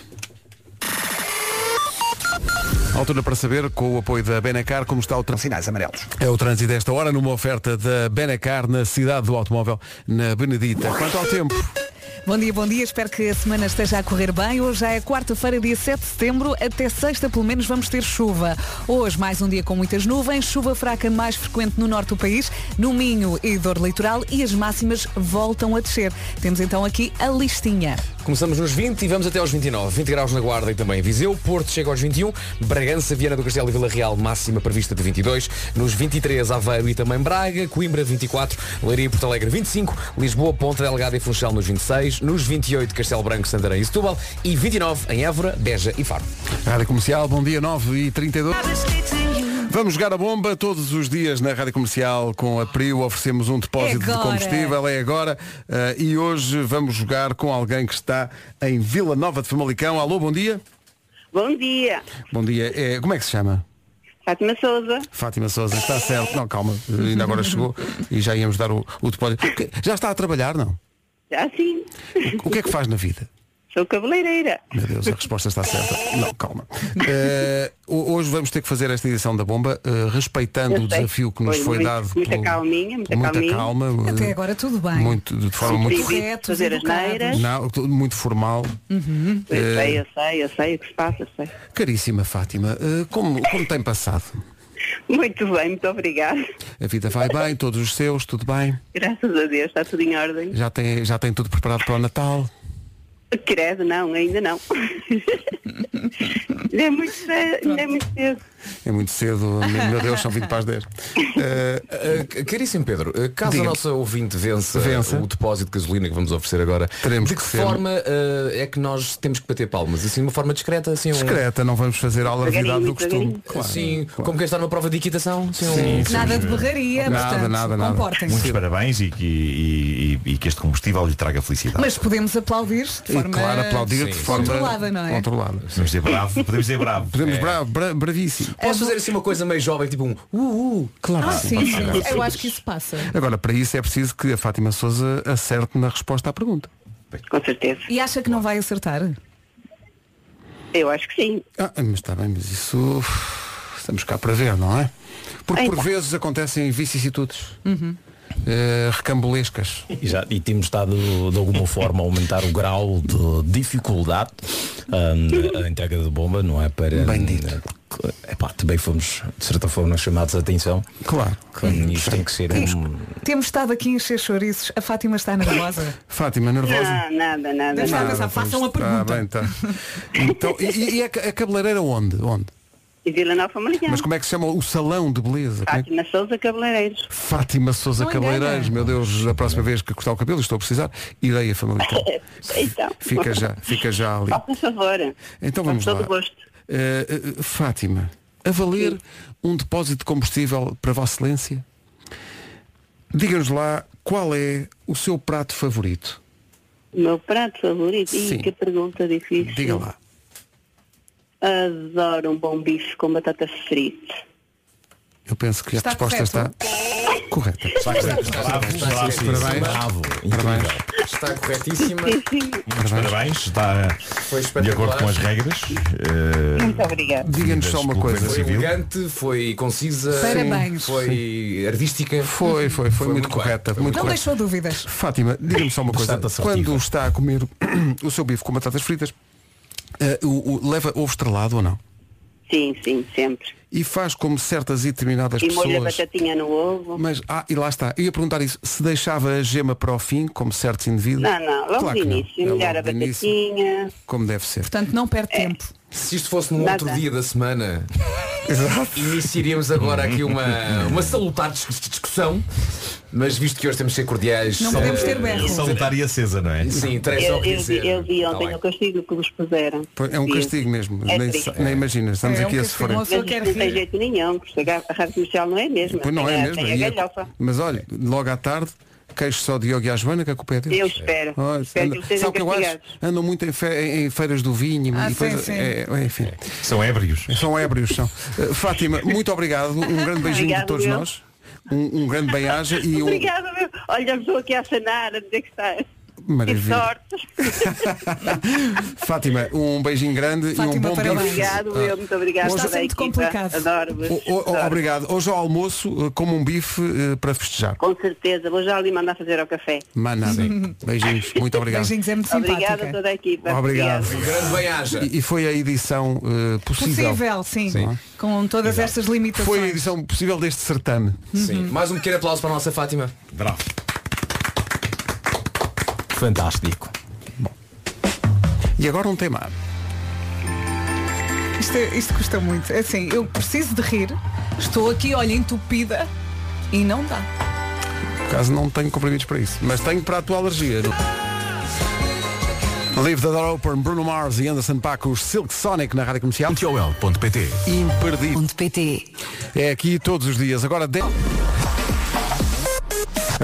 S1: Altura para saber, com o apoio da Benacar, como está o trânsito. Sinais amarelos. É o trânsito desta hora numa oferta da Benacar na cidade do automóvel, na Benedita. Quanto ao tempo.
S3: Bom dia, bom dia. Espero que a semana esteja a correr bem. Hoje já é quarta-feira, dia 7 de setembro. Até sexta, pelo menos, vamos ter chuva. Hoje, mais um dia com muitas nuvens. Chuva fraca mais frequente no norte do país, no Minho e dor litoral. E as máximas voltam a descer. Temos então aqui a listinha.
S9: Começamos nos 20 e vamos até aos 29. 20 graus na Guarda e também em Viseu. Porto chega aos 21. Bragança, Viana do Castelo e Vila Real, máxima prevista de 22. Nos 23, Aveiro e também Braga. Coimbra, 24. Leiria e Porto Alegre, 25. Lisboa, Ponta Delgada e Funchal, nos 26. Nos 28, Castelo Branco, Santarém e Setúbal. E 29, em Évora, Beja e Faro.
S1: Rádio Comercial, bom dia 9 e 32. Vamos jogar a bomba todos os dias na Rádio Comercial com a Prio. Oferecemos um depósito
S14: É
S1: de
S14: agora.
S1: combustível, é agora. Eh, e hoje vamos jogar com alguém que está em Vila Nova de Famalicão. Alô, bom dia.
S21: Bom dia,
S1: Bom dia. Eh, como é que se chama?
S21: Fátima Souza.
S1: Fátima Souza, está certo. Não, calma, ainda agora chegou e já íamos dar o, o depósito. Que- Já está a trabalhar, não?
S21: Já sim,
S1: O que é que faz na vida?
S21: sou cabeleireira.
S1: Meu Deus, a resposta está certa. Não, calma. Eh, ho- hoje vamos ter que fazer esta edição da bomba, eh, respeitando
S21: Eu
S1: o
S21: sei.
S1: desafio que nos
S21: Olha,
S1: foi
S21: muito-
S1: dado.
S21: Muita
S1: pelo-
S21: calminha, muita,
S1: muita
S21: calminha.
S1: calma, eh,
S3: Até agora tudo bem.
S1: muito, de forma muito,
S21: Proibido de fazer as neiras.
S1: Não, tudo muito formal.
S21: Uhum. Eu
S1: Eh,
S21: sei, eu sei, eu sei o que se passa, sei.
S1: Caríssima Fátima, eh, como, como tem passado?
S21: Muito bem, muito obrigada.
S1: A vida vai bem, todos os seus, tudo bem?
S21: Graças a Deus, está tudo em ordem.
S1: Já tem, já tem tudo preparado para o Natal?
S21: Credo, não, ainda não. Ainda é muito cedo, ainda é muito cedo.
S1: É muito cedo, meu Deus, são 20 para as Eh, 10.
S9: caríssimo Pedro, eh, caso
S1: Diga-me.
S9: a nossa ouvinte vença,
S1: Vença.
S9: o depósito de gasolina que vamos oferecer agora, de que,
S1: que ser.
S9: forma eh, é que nós temos que bater palmas? Assim, de uma forma discreta? Assim, um-
S1: Discreta, não vamos fazer alarvidade do costume.
S9: Claro, Sim, como quem está numa prova de equitação. Sim, um-
S15: Sim, sim,
S3: Nada
S15: sim.
S3: de berraria, portanto, comportem-se.
S15: Muitos parabéns e que, e- e- e que este combustível lhe traga felicidade.
S3: Mas podemos aplaudir de forma
S15: claro, aplaudir de forma
S3: controlada, não é?
S15: Podemos dizer bravo, É. podemos dizer bravo.
S1: Podemos bravo, bra- bravíssimo.
S9: Posso fazer assim uma coisa meio jovem, tipo um uh, uh.
S1: Claro.
S3: Ah,
S1: que
S3: sim, sim.
S1: Claro que
S3: Eu
S1: sim.
S3: acho que isso passa.
S1: Agora, para isso é preciso que a Fátima Souza acerte na resposta à pergunta.
S21: Com certeza.
S3: E acha que não vai acertar?
S21: Eu acho que sim.
S1: Ah, mas está bem, mas isso uf, estamos cá para ver, não é? Porque
S21: tá.
S1: por vezes acontecem vicissitudes eh, recambulescas.
S2: E, já, e temos estado de alguma forma a aumentar o grau de dificuldade hum, a entrega de bomba, não é? Para, Epá, também fomos, de certa forma, chamados a atenção.
S1: Claro.
S2: isto tem que ser um.
S3: Temos estado aqui a encher chouriços. A Fátima está nervosa.
S1: Fátima, nervosa?
S21: Não, nada, nada.
S3: Deixa
S21: nada.
S3: eu pensar, façam a
S1: Está
S3: pergunta.
S1: bem, está. Então, e, e a, ca- a cabeleireira onde? onde?
S21: E Vila Nova Maringá.
S1: Mas como é que se chama o salão de beleza? Como é que-
S21: Fátima Sousa Cabeleireiros.
S1: Fátima Souza
S21: Não
S1: Cabeleireiros, meu
S21: engana.
S1: Deus, a próxima vez que cortar o cabelo, estou a precisar, irei a Famalicão.
S21: então.
S1: Fica já, fica já ali.
S21: Por favor.
S1: Então vamos
S21: Com
S1: lá.
S21: todo gosto.
S1: Eh, eh, Fátima, a valer um depósito de combustível para Vossa Excelência? Diga-nos lá qual é o seu prato favorito.
S21: O meu prato favorito.
S1: Sim.
S21: Ih, que pergunta difícil.
S1: Diga lá.
S21: Adoro um bom bife com batata frita.
S1: Eu penso que
S21: Está
S1: a resposta
S21: correto.
S1: está correta.
S21: Está correto. Está
S1: Parabéns.
S15: corretíssimo. Bravo.
S1: Parabéns.
S9: Está corretíssima.
S15: Muitos parabéns, está de acordo com as regras. eh,
S21: Muito obrigada.
S1: Diga-nos
S15: das-
S1: só uma
S15: do
S1: coisa.
S15: Governo
S9: Foi
S15: Civil.
S9: elegante, foi concisa,
S3: Parabéns.
S9: foi artística.
S1: Foi, foi, foi muito
S9: bem.
S1: correta,
S9: Foi
S1: muito
S3: Não
S1: correta.
S3: deixou dúvidas.
S1: Fátima, diga-me só uma coisa.
S9: Bastante assertiva.
S1: Quando está a comer o seu bife com batatas fritas, eh, o- o- leva ovo estrelado ou não?
S21: Sim, sim, sempre.
S1: E faz como certas e determinadas
S21: e molho a
S1: pessoas.
S21: batatinha no ovo.
S1: Mas, ah, e lá está. Eu ia perguntar isso. Se deixava a gema para o fim, como certos indivíduos?
S21: Não, não, logo
S1: Claro
S21: de
S1: que não.
S21: início.
S1: É
S21: Molhar
S1: logo
S21: a
S1: de início,
S21: batatinha. É.
S1: Como deve ser.
S3: Portanto, não perde tempo.
S9: Se isto fosse num
S21: Nada.
S9: outro dia da semana, iniciaríamos agora aqui
S15: Uhum.
S9: uma, uma salutar dis- discussão, mas visto que hoje temos de ser cordiais.
S21: Não podemos
S9: eh,
S21: ter berro.
S15: Salutar e acesa, não é?
S9: Sim, interessa ao
S21: Eu,
S9: que
S21: eu vi,
S9: dizer.
S21: eu vi
S9: Tá
S21: ontem
S9: bem.
S21: o castigo que vos puseram.
S1: Pois, É um
S21: Vi.
S1: castigo mesmo.
S21: É
S1: nem,
S21: triste.
S1: nem imaginas.
S3: É,
S1: Estamos
S3: um
S1: aqui a sofrer.
S21: Mas isto não tem jeito nenhum, porque a rádio comercial não é mesmo.
S1: Pois não é mesmo.
S21: Tem a
S1: E é-
S21: galhofa.
S1: Mas olha, logo à tarde, queixo só de Diogo e à Joana, que a culpa é deles.
S21: Eu espero.
S1: Olha,
S21: Espero que
S1: anda-
S21: sejam
S1: sabe o que eu acho?
S21: castigados.
S1: Andam muito em, fe- em- em feiras do vinho
S21: Ah,
S1: e coisa-
S21: sim, sim.
S1: é- é, enfim.
S15: São ébrios.
S1: São ébrios, são. Eh, Fátima, muito obrigado. Um grande beijinho de
S21: Obrigado,
S1: todos
S21: eu.
S1: nós. Um, um grande bem-aja e um.
S21: Obrigada, meu. Olha, eu estou aqui a sanar, a dizer que está. Que
S1: Maravilha.
S21: sorte.
S1: Fátima, um beijinho grande e um bom bife.
S21: Obrigado, eu. Muito obrigado.
S1: Hoje-
S21: Toda a equipa. Adoro-vos.
S1: O- o- o- obrigado. Hoje ao almoço, eh, como um bife eh, para festejar.
S21: Com certeza. Vou já ali mandar fazer ao café.
S1: Mais nada. Beijinhos. Muito obrigado.
S3: é muito
S21: Obrigada a toda a equipa.
S1: Obrigado.
S21: Obrigada.
S1: E, e foi a edição eh, possível.
S3: Possível, sim.
S1: Não é?
S3: Com todas estas limitações. Hum.
S1: Foi a edição possível deste certame.
S9: Sim. Mais um pequeno aplauso para a nossa Fátima.
S15: Bravo.
S9: Fantástico.
S1: E agora um tema.
S3: Isto, é, isto custa muito. Assim, eu preciso de rir. Estou aqui, olha, entupida. E não dá.
S1: Por acaso não tenho comprimidos para isso, mas tenho para a tua alergia. Leave the Door Open, Bruno Mars e Anderson Paco, os Silk Sonic na Rádio Comercial. TOL.pt Imperdível.pt É aqui todos os dias. Agora de...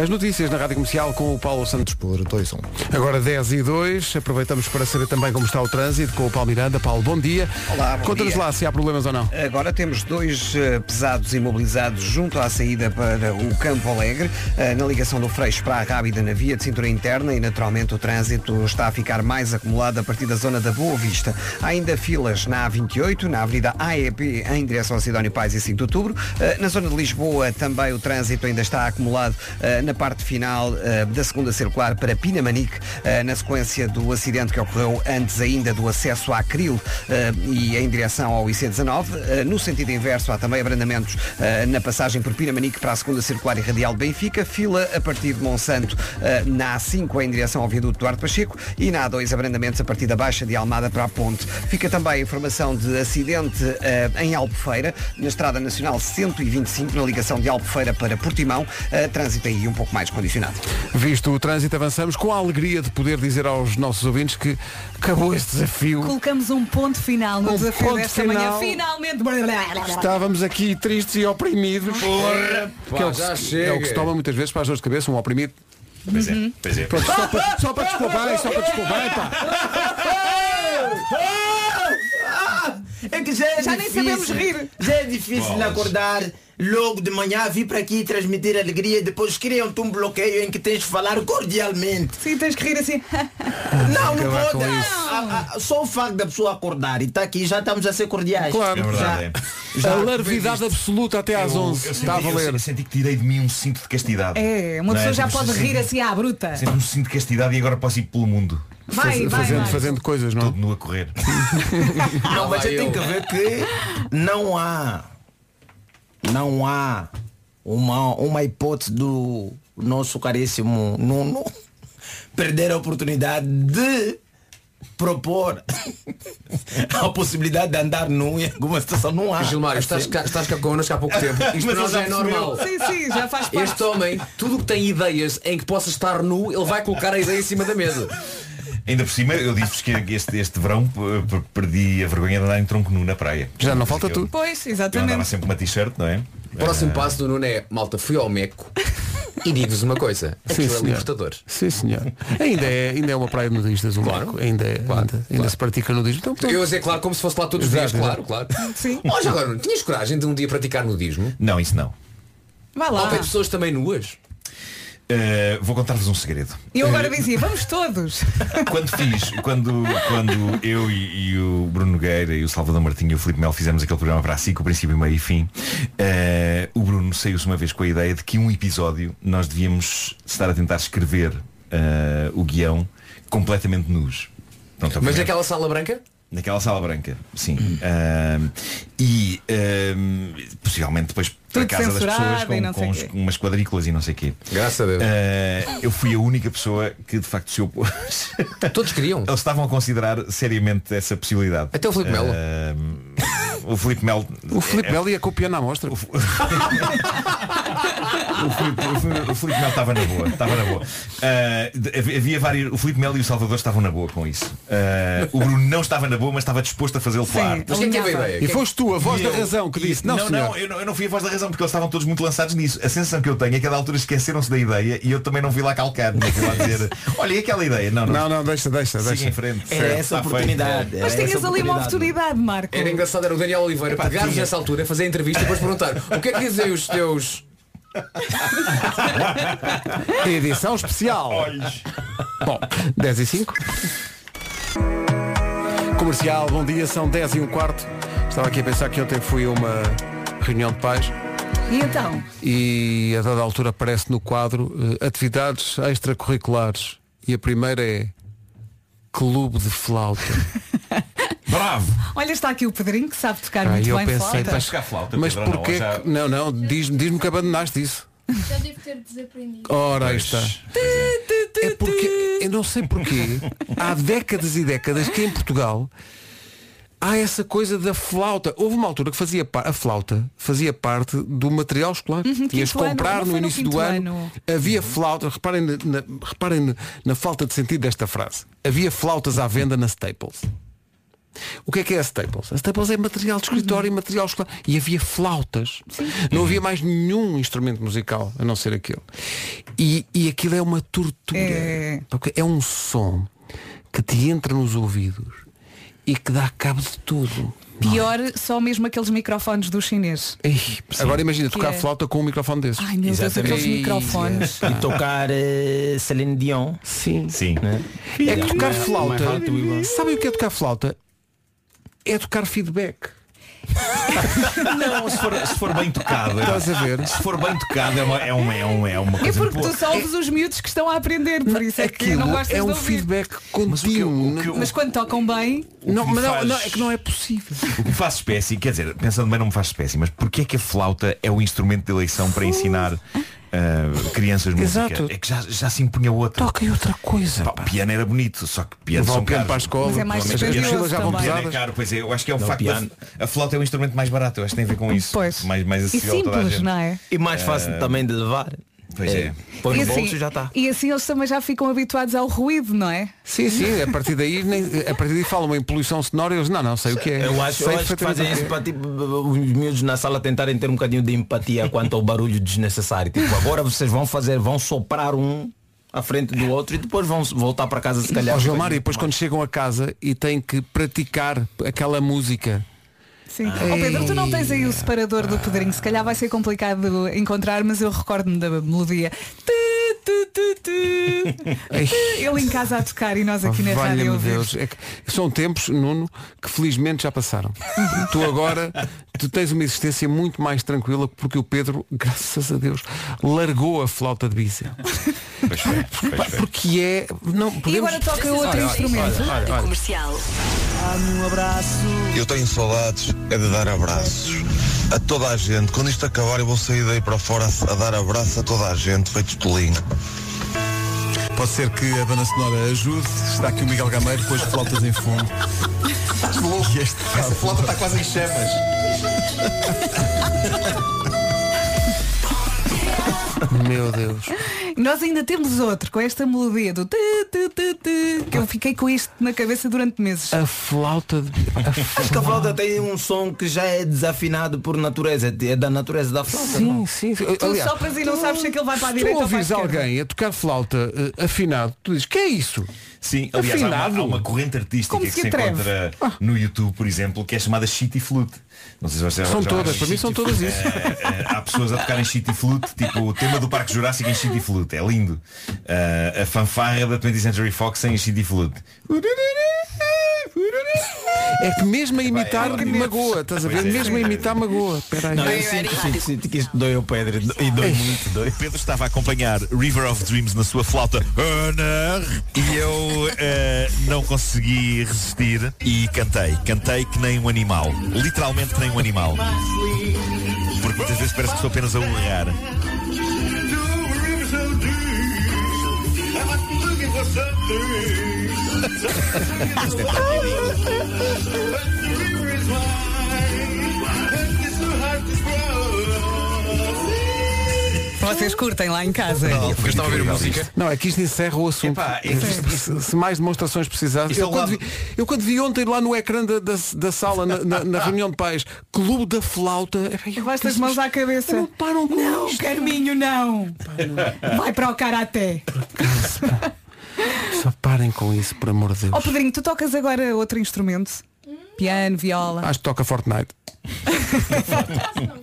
S1: As notícias na Rádio Comercial com o Paulo Santos por 2 Agora 10 e 2, aproveitamos para saber também como está o trânsito com o Paulo Miranda. Paulo, bom dia.
S12: Olá, bom
S1: Conta-nos
S12: dia.
S1: lá se há problemas ou não.
S12: Agora temos dois eh, pesados imobilizados junto à saída para o Campo Alegre, eh, na ligação do Freixo para a Rábida na via de cintura interna e naturalmente o trânsito está a ficar mais acumulado a partir da zona da Boa Vista. Há ainda filas na A28, na Avenida AEP em direção ao Sidónio Pais e 5 de Outubro. Eh, na zona de Lisboa também o trânsito ainda está acumulado eh, na parte final eh, da segunda circular para Pinamanique, eh, na sequência do acidente que ocorreu Então, antes ainda do acesso à Cril eh, e em direção ao IC19. Eh, no sentido inverso, há também abrandamentos eh, na passagem por Pinamanique para a segunda circular e radial de Benfica, fila a partir de Monsanto eh, na A5 em direção ao viaduto Duarte Pacheco e na A2 abrandamentos a partir da Baixa de Almada para a Ponte. Fica também a informação de acidente eh, em Albufeira, na Estrada Nacional 125, na ligação de Albufeira para Portimão. Eh, trânsito aí um pouco mais condicionado.
S1: Visto o trânsito, avançamos com a alegria de poder dizer aos nossos ouvintes que acabou este desafio.
S3: Colocamos um ponto final no desafio
S1: ponto
S3: desta
S1: final.
S3: manhã. Finalmente.
S1: Estávamos aqui tristes e oprimidos.
S3: Porra!
S1: Que é, o
S3: Pá,
S1: que
S3: já
S1: se,
S3: chega.
S1: é o que se toma muitas vezes para as dores de cabeça, um oprimido.
S15: Pois é, pois é.
S1: Pronto, só para, só para desculpar, só para desculpar, pá.
S17: É que já é
S18: Já nem
S17: difícil.
S18: sabemos rir.
S17: Já é difícil
S18: Bolas.
S17: acordar logo de manhã, vir para aqui transmitir alegria e depois criam-te um bloqueio em que tens de falar cordialmente.
S18: Sim, tens que rir assim.
S17: Não, não
S18: Acabar
S17: pode.
S18: com isso.
S17: Ah, ah, Só o facto da pessoa acordar e está aqui, já estamos a ser cordiais.
S1: Claro. É verdade,
S17: já,
S1: A larvidade absoluta até às
S15: Eu-
S1: 11.
S15: eu senti-
S1: Está a
S15: eu
S1: valer.
S15: senti- senti que tirei de mim um cinto de castidade.
S3: É, uma
S15: Não é?
S3: pessoa já
S15: Tipo,
S3: pode
S15: senti-
S3: rir assim à bruta.
S15: Senti um cinto de castidade e agora posso ir pelo mundo.
S3: Vai, Faz- vai, fazendo- vai. fazendo
S1: coisas, é?
S15: não? Todo nu a correr.
S17: Não, mas Ah, eu tenho que ver que não há, não há uma, uma hipótese do nosso caríssimo Nuno perder a oportunidade de propor a possibilidade de andar nu em alguma situação. Não há. Assim.
S9: Gilmar, estás cá, estás cá connosco há pouco tempo. Isto para nós já é normal.
S10: Este homem, tudo que tem ideias em que possa estar nu, ele vai colocar a ideia em cima da mesa.
S15: Ainda por cima, eu disse-vos que este, este verão p- p- perdi a vergonha de andar em tronco nu na praia.
S1: Já não
S15: falta tudo.
S18: Pois,
S15: Eu andava
S18: exatamente.
S15: sempre uma t-shirt, não é?
S10: Próximo
S15: Ah,
S10: passo do Nuno é, malta, fui ao Meco e digo-vos uma coisa,
S1: Sim,
S10: aquilo é
S1: senhor.
S10: libertador.
S1: Sim, senhor. Ainda é, ainda é uma praia de nudistas, um barco. Ainda, é- ainda, ainda se pratica nudismo. Então,
S10: Eu a dizer, claro, como se fosse lá todos os dias,
S1: Exato,
S10: claro, claro. Sim. Mas agora, Nuno, tinhas coragem de um dia praticar nudismo?
S15: Não, isso não.
S18: Vai
S10: Ao
S3: Ah.
S18: lá.
S10: pé de pessoas também nuas?
S15: ah, vou contar-vos um segredo.
S18: E eu agora dizia, vamos todos.
S15: quando fiz, quando, quando eu e, e o Bruno Nogueira e o Salvador Martinho e o Filipe Mel fizemos aquele programa para a SIC, o princípio, meio e fim, eh, o Bruno saiu-se uma vez com a ideia de que um episódio nós devíamos estar a tentar escrever eh, o guião completamente nus. Pronto,
S10: Mas
S15: obviamente.
S10: naquela sala Hum. branca?
S15: Naquela sala branca, sim. Ahm, e ahm, possivelmente depois para
S10: Tudo
S15: casa das
S10: censurado
S15: pessoas
S10: e
S15: com,
S10: não sei
S15: com uns-
S10: quê.
S15: umas quadrículas e não sei quê.
S10: Graças a Deus.
S15: Ah, eu fui a única pessoa que de facto se opôs.
S10: Todos queriam.
S15: Eles estavam a considerar seriamente essa possibilidade.
S10: Até o Filipe Melo.
S15: Ah, o Filipe Melo.
S1: O Filipe
S15: é-
S1: Melo ia copiando à mostra.
S15: É, o Filipe, o Filipe- o Filipe Melo estava na boa, estava na boa. Ah, de- havia vários, o Filipe Melo e o Salvador estavam na boa com isso. Ah, o Bruno não estava na boa, mas estava disposto a fazê-lo falar.
S1: Mas quem é teve a ideia? E foste tu, a voz
S15: E
S1: da
S15: eu-
S1: razão, que
S15: e-
S1: disse, "Não,
S15: não,
S1: senhor."
S15: eu, não- eu não fui a voz da razão porque eles estavam todos muito lançados nisso. A sensação que eu tenho é que a da altura esqueceram-se da ideia e eu também não fui lá calcar, não fui lá dizer, olha, e aquela ideia? Não, não.
S1: Não, não, deixa, deixa,
S15: Siga
S1: deixa.
S15: em frente.
S1: Era
S15: Certo,
S1: essa
S15: está feito.
S1: oportunidade,
S9: É,
S3: Mas tinhas ali uma oportunidade, Marco.
S10: Era engraçado, era o Daniel Oliveira
S15: Epá,
S10: pegar-vos
S15: tinha.
S10: nessa altura, fazer a entrevista e depois perguntar o que é que dizem os teus.
S1: Edição especial. Bom, 10 e 5. Comercial, bom dia, são 10 e um quarto. Estava aqui a pensar que ontem fui a uma reunião de pais
S3: E então?
S1: e a dada altura aparece no quadro eh, atividades extracurriculares. E a primeira é Clube de Flauta.
S15: Bravo!
S3: Olha, está aqui o Pedrinho que sabe tocar
S1: Ah,
S3: muito
S1: eu
S3: bem
S1: pensei,
S3: flauta.
S1: mas, mas porquê? que- Não, não, diz-me diz que abandonaste isso.
S19: Já devo ter desaprendido.
S1: Ora, aí está. É porque, eu não sei porquê, há décadas e décadas que em Portugal há essa coisa da flauta. Houve uma altura que fazia pa- a flauta fazia parte do material escolar.
S3: Uhum,
S1: Tinhas de
S3: quinto ano,
S1: comprar
S3: não
S1: no
S3: foi no
S1: início do
S3: quinto
S1: ano.
S3: ano.
S1: Havia flauta, reparem, na, na- reparem na- na falta de sentido desta frase. Havia flautas à venda na Staples. O que é que é a Staples? A Staples é material de escritório e material escolar. E havia flautas. Não havia mais nenhum instrumento musical a não ser aquele. E, e aquilo é uma tortura. É... é um som que te entra nos ouvidos e que dá cabo de tudo.
S3: Pior, só mesmo aqueles microfones dos chineses.
S1: Ei, Agora imagina
S3: Que
S1: tocar
S3: é?
S1: flauta com um microfone desse.
S3: Ai, meu Deus, Exatamente. aqueles microfones.
S17: E tocar eh, Celine Dion. Né?
S1: Sim.
S15: Sim.
S1: É que tocar flauta.
S17: My heart will go on.
S1: Sabem o que é tocar flauta? É tocar feedback.
S15: Não, se for, se for bem tocado.
S1: Estás a ver?
S15: Se for bem tocado é uma, é uma, é uma, é uma
S3: É
S15: coisa
S3: porque
S15: boa.
S3: tu só ouves os miúdos que estão a aprender, por isso é que não gostas
S1: é um
S3: de ouvir.
S1: feedback contínuo. né?
S3: Mas quando tocam bem,
S1: Não,
S15: me
S1: mas não,
S15: faz-
S1: não, é que não é possível.
S15: O que me faz espécie, quer dizer, pensando bem não me faz espécie, mas porquê é que a flauta é o instrumento de eleição para ensinar ah, crianças música?
S1: Exato.
S15: É que já, já se impunha outra.
S1: Toca em outra coisa.
S15: Pá, piano era bonito, só que piano
S1: Levar o
S15: são
S1: piano
S15: caros.
S1: para a escola, Mas é mais
S15: Mas piano-
S1: dispendioso
S15: piano-
S1: já vão
S15: piano é
S1: pesadas.
S15: caro, pois é, eu acho que é o
S1: Não,
S15: facto
S1: piano.
S15: da a flauta é o instrumento mais barato, eu acho que tem a ver com isso.
S3: Pois.
S15: Mais, mais
S3: E
S15: acessível a toda a
S3: simples,
S15: gente.
S3: não é?
S17: E mais fácil
S15: Ah,
S17: também de levar.
S15: Pois é.
S3: e
S17: Põe no
S3: assim,
S17: bolso e já tá. está.
S3: e assim eles também já ficam habituados ao ruído, não é?
S1: Sim, sim, a partir daí, nem- a partir daí falam uma poluição sonora e eles, não, não, sei o que é.
S17: Eu acho,
S1: sei
S17: eu acho que
S1: perfeitamente
S17: fazem isso
S1: o que é.
S17: para tipo, os miúdos na sala tentarem ter um bocadinho de empatia quanto ao barulho desnecessário. Tipo, agora vocês vão fazer, vão soprar um à frente do outro e depois vão voltar para casa se calhar.
S1: Ó, Gilmar, e depois quando chegam a casa e têm que praticar aquela música
S3: Sim. Ó Pedro, tu não tens aí o separador do Pedrinho, se calhar vai ser complicado encontrar, mas eu recordo-me da melodia. Tu, tu, tu, tu. Ele em casa a tocar e nós aqui na rádio a
S1: Valha-me
S3: ouvir.
S1: Deus. É que são tempos, Nuno, que felizmente já passaram.
S3: Uhum.
S1: tu agora tu tens uma existência muito mais tranquila porque o Pedro, graças a Deus, largou a flauta de bisa. Porque é. Não, podemos...
S3: E agora toca é outro instrumento.
S11: Comercial.
S14: Um abraço.
S22: Eu tenho saudades é de dar abraços a toda a gente. Quando isto acabar eu vou sair daí para fora a dar abraço a toda a gente, feito tolinho.
S23: Pode ser que a banda sonora ajude. Está aqui o Miguel Gameiro com as flautas em fundo. Estás louco? Essa flauta está quase em chamas.
S1: Meu Deus.
S3: Nós ainda temos outro com esta melodia do tu, tu, tu, tu, que eu fiquei com isto na cabeça durante meses.
S1: A flauta de.
S17: Acho que a flauta tem um som que já é desafinado por natureza. É da natureza da flauta.
S1: Sim,
S17: não?
S1: sim, sim.
S3: Tu sopras e não sabes se aquilo vai para a
S1: se
S3: direita
S1: tu
S3: ou para a
S1: ouvis
S3: esquerda.
S1: alguém a tocar flauta eh, afinado, tu dizes, que é isso?
S15: Sim, aliás, há uma,
S1: Afinado?
S15: há uma corrente artística
S1: Como
S15: que
S1: se
S15: se,
S1: atreve? Ah.
S15: encontra no YouTube, por exemplo, que é chamada shitty flute. Não sei se vocês
S1: São
S15: já
S1: todas, para mim são
S15: Shitty
S1: todas
S15: Flute.
S1: isso.
S15: Eh, eh, há pessoas a tocarem shitty flute, tipo o tema do Parque Jurássico em shitty flute, é lindo. Eh, a fanfarra da 20th Century Fox em shitty flute.
S1: É que mesmo a imitar
S15: ótimo.
S1: magoa, estás a ver?
S15: Pois é.
S1: Mesmo a imitar magoa. Espera aí.
S15: Não, eu sinto, sinto, sinto que isto dói ao Pedro e dói muito. Dói. Pedro estava a acompanhar River of Dreams na sua flauta Honor, e eu eh, não consegui resistir e cantei. Cantei que nem um animal. Literalmente que nem um animal. Porque muitas vezes parece que estou apenas a urrar.
S3: Vocês curtem lá em casa.
S1: porque
S9: estava a ouvir a música.
S1: Não, é que isto encerra o assunto.
S9: Epá, é
S1: Se- se, se mais demonstrações precisassem.
S9: Isto é
S1: Eu,
S9: um
S1: quando
S9: lado-
S1: vi- eu quando vi ontem lá no ecrã da, da, da sala, na, na- na reunião de pais, Clube da Flauta.
S3: Basta as mãos à cabeça. Não
S1: param com
S3: Não, Carminho, não. Vai para o karaté.
S1: Só parem com isso, por amor de Deus.
S3: Ó Oh, Pedrinho, tu tocas agora outro instrumento? Piano, viola.
S1: Acho que toca Fortnite.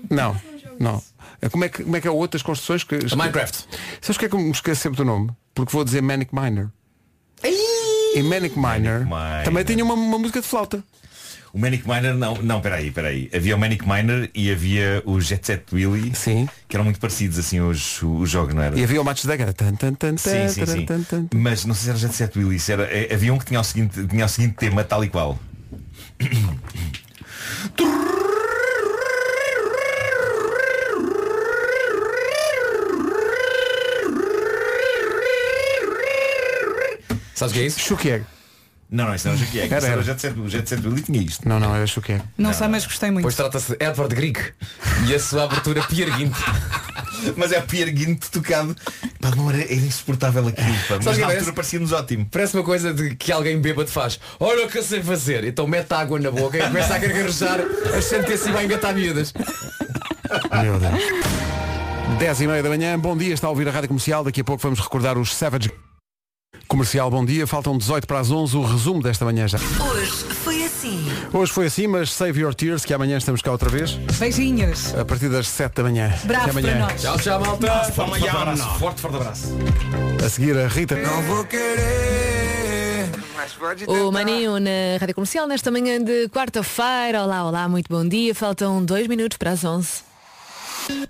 S1: não, não. É, Como é, que, como é que é outras construções que.
S9: Minecraft.
S1: Sabes o que é que eu me esqueço sempre do nome? Porque vou dizer Manic Miner. E Manic Miner, também tinha uma, uma música de flauta.
S15: O Manic Miner não, não, peraí, peraí. Havia o Manic Miner e havia o Jet Set Willy,
S1: Sim.
S15: que eram muito parecidos assim os, os jogos, não era?
S1: E havia o Matos da Gata. Tan, tan, tan,
S15: Sim, sim,
S1: tan,
S15: sim.
S1: tan, tan.
S15: Mas não sei se era Jet Set Willy, se era, eh, havia um que tinha o seguinte, tinha o seguinte tema tal e qual.
S9: Sabes o que é isso?
S1: Chuquiego.
S15: Não, não, isso não é Chuquiego.
S1: Era,
S15: Isso era
S1: era.
S15: o Jet Set, o Jet Set Willy tinha isto.
S1: Não, não, era Chuquiego.
S3: Não, sei, mas gostei muito.
S9: Pois trata-se de Edward Grieg e a sua abertura Pierre Guint.
S15: Mas é Pierre Guint tocado. Pá, não era, era insuportável aquilo, pá. Mas
S9: Sabe o que
S15: na
S9: é
S15: altura
S9: esse?
S15: parecia-nos ótimo.
S9: Parece uma coisa de que alguém bêbado faz. Olha o que eu sei fazer. Então mete água na boca e começa a gargarejar, achando que assim vai engatar miúdas.
S1: Meu Deus. 10 e meia da manhã, bom dia, está a ouvir a Rádio Comercial, daqui a pouco vamos recordar os Savage Comercial, bom dia, faltam 18 para as 11, o resumo desta manhã já.
S11: Hoje foi assim.
S1: Hoje foi assim, mas save your tears, que amanhã estamos cá outra vez,
S3: Beijinhos.
S1: a partir das 7 da manhã.
S3: Bravo
S1: Até amanhã.
S3: para nós.
S9: Tchau, tchau, malta.
S15: Forte, forte abraço.
S9: é?
S15: Forte, forte abraço.
S1: A seguir a Rita.
S24: Não vou querer. Mas pode
S11: O Maninho na Rádio Comercial nesta manhã de quarta-feira. Olá, olá, muito bom dia. Faltam dois minutos para as 11.
S14: Em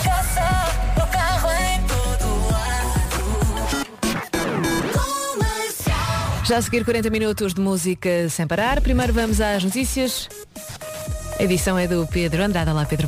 S14: casa, no carro, em todo lado. Comercial.
S11: Já a seguir 40 minutos de música sem parar. Primeiro vamos às notícias. A edição é do Pedro Andrade. Olá, Pedro.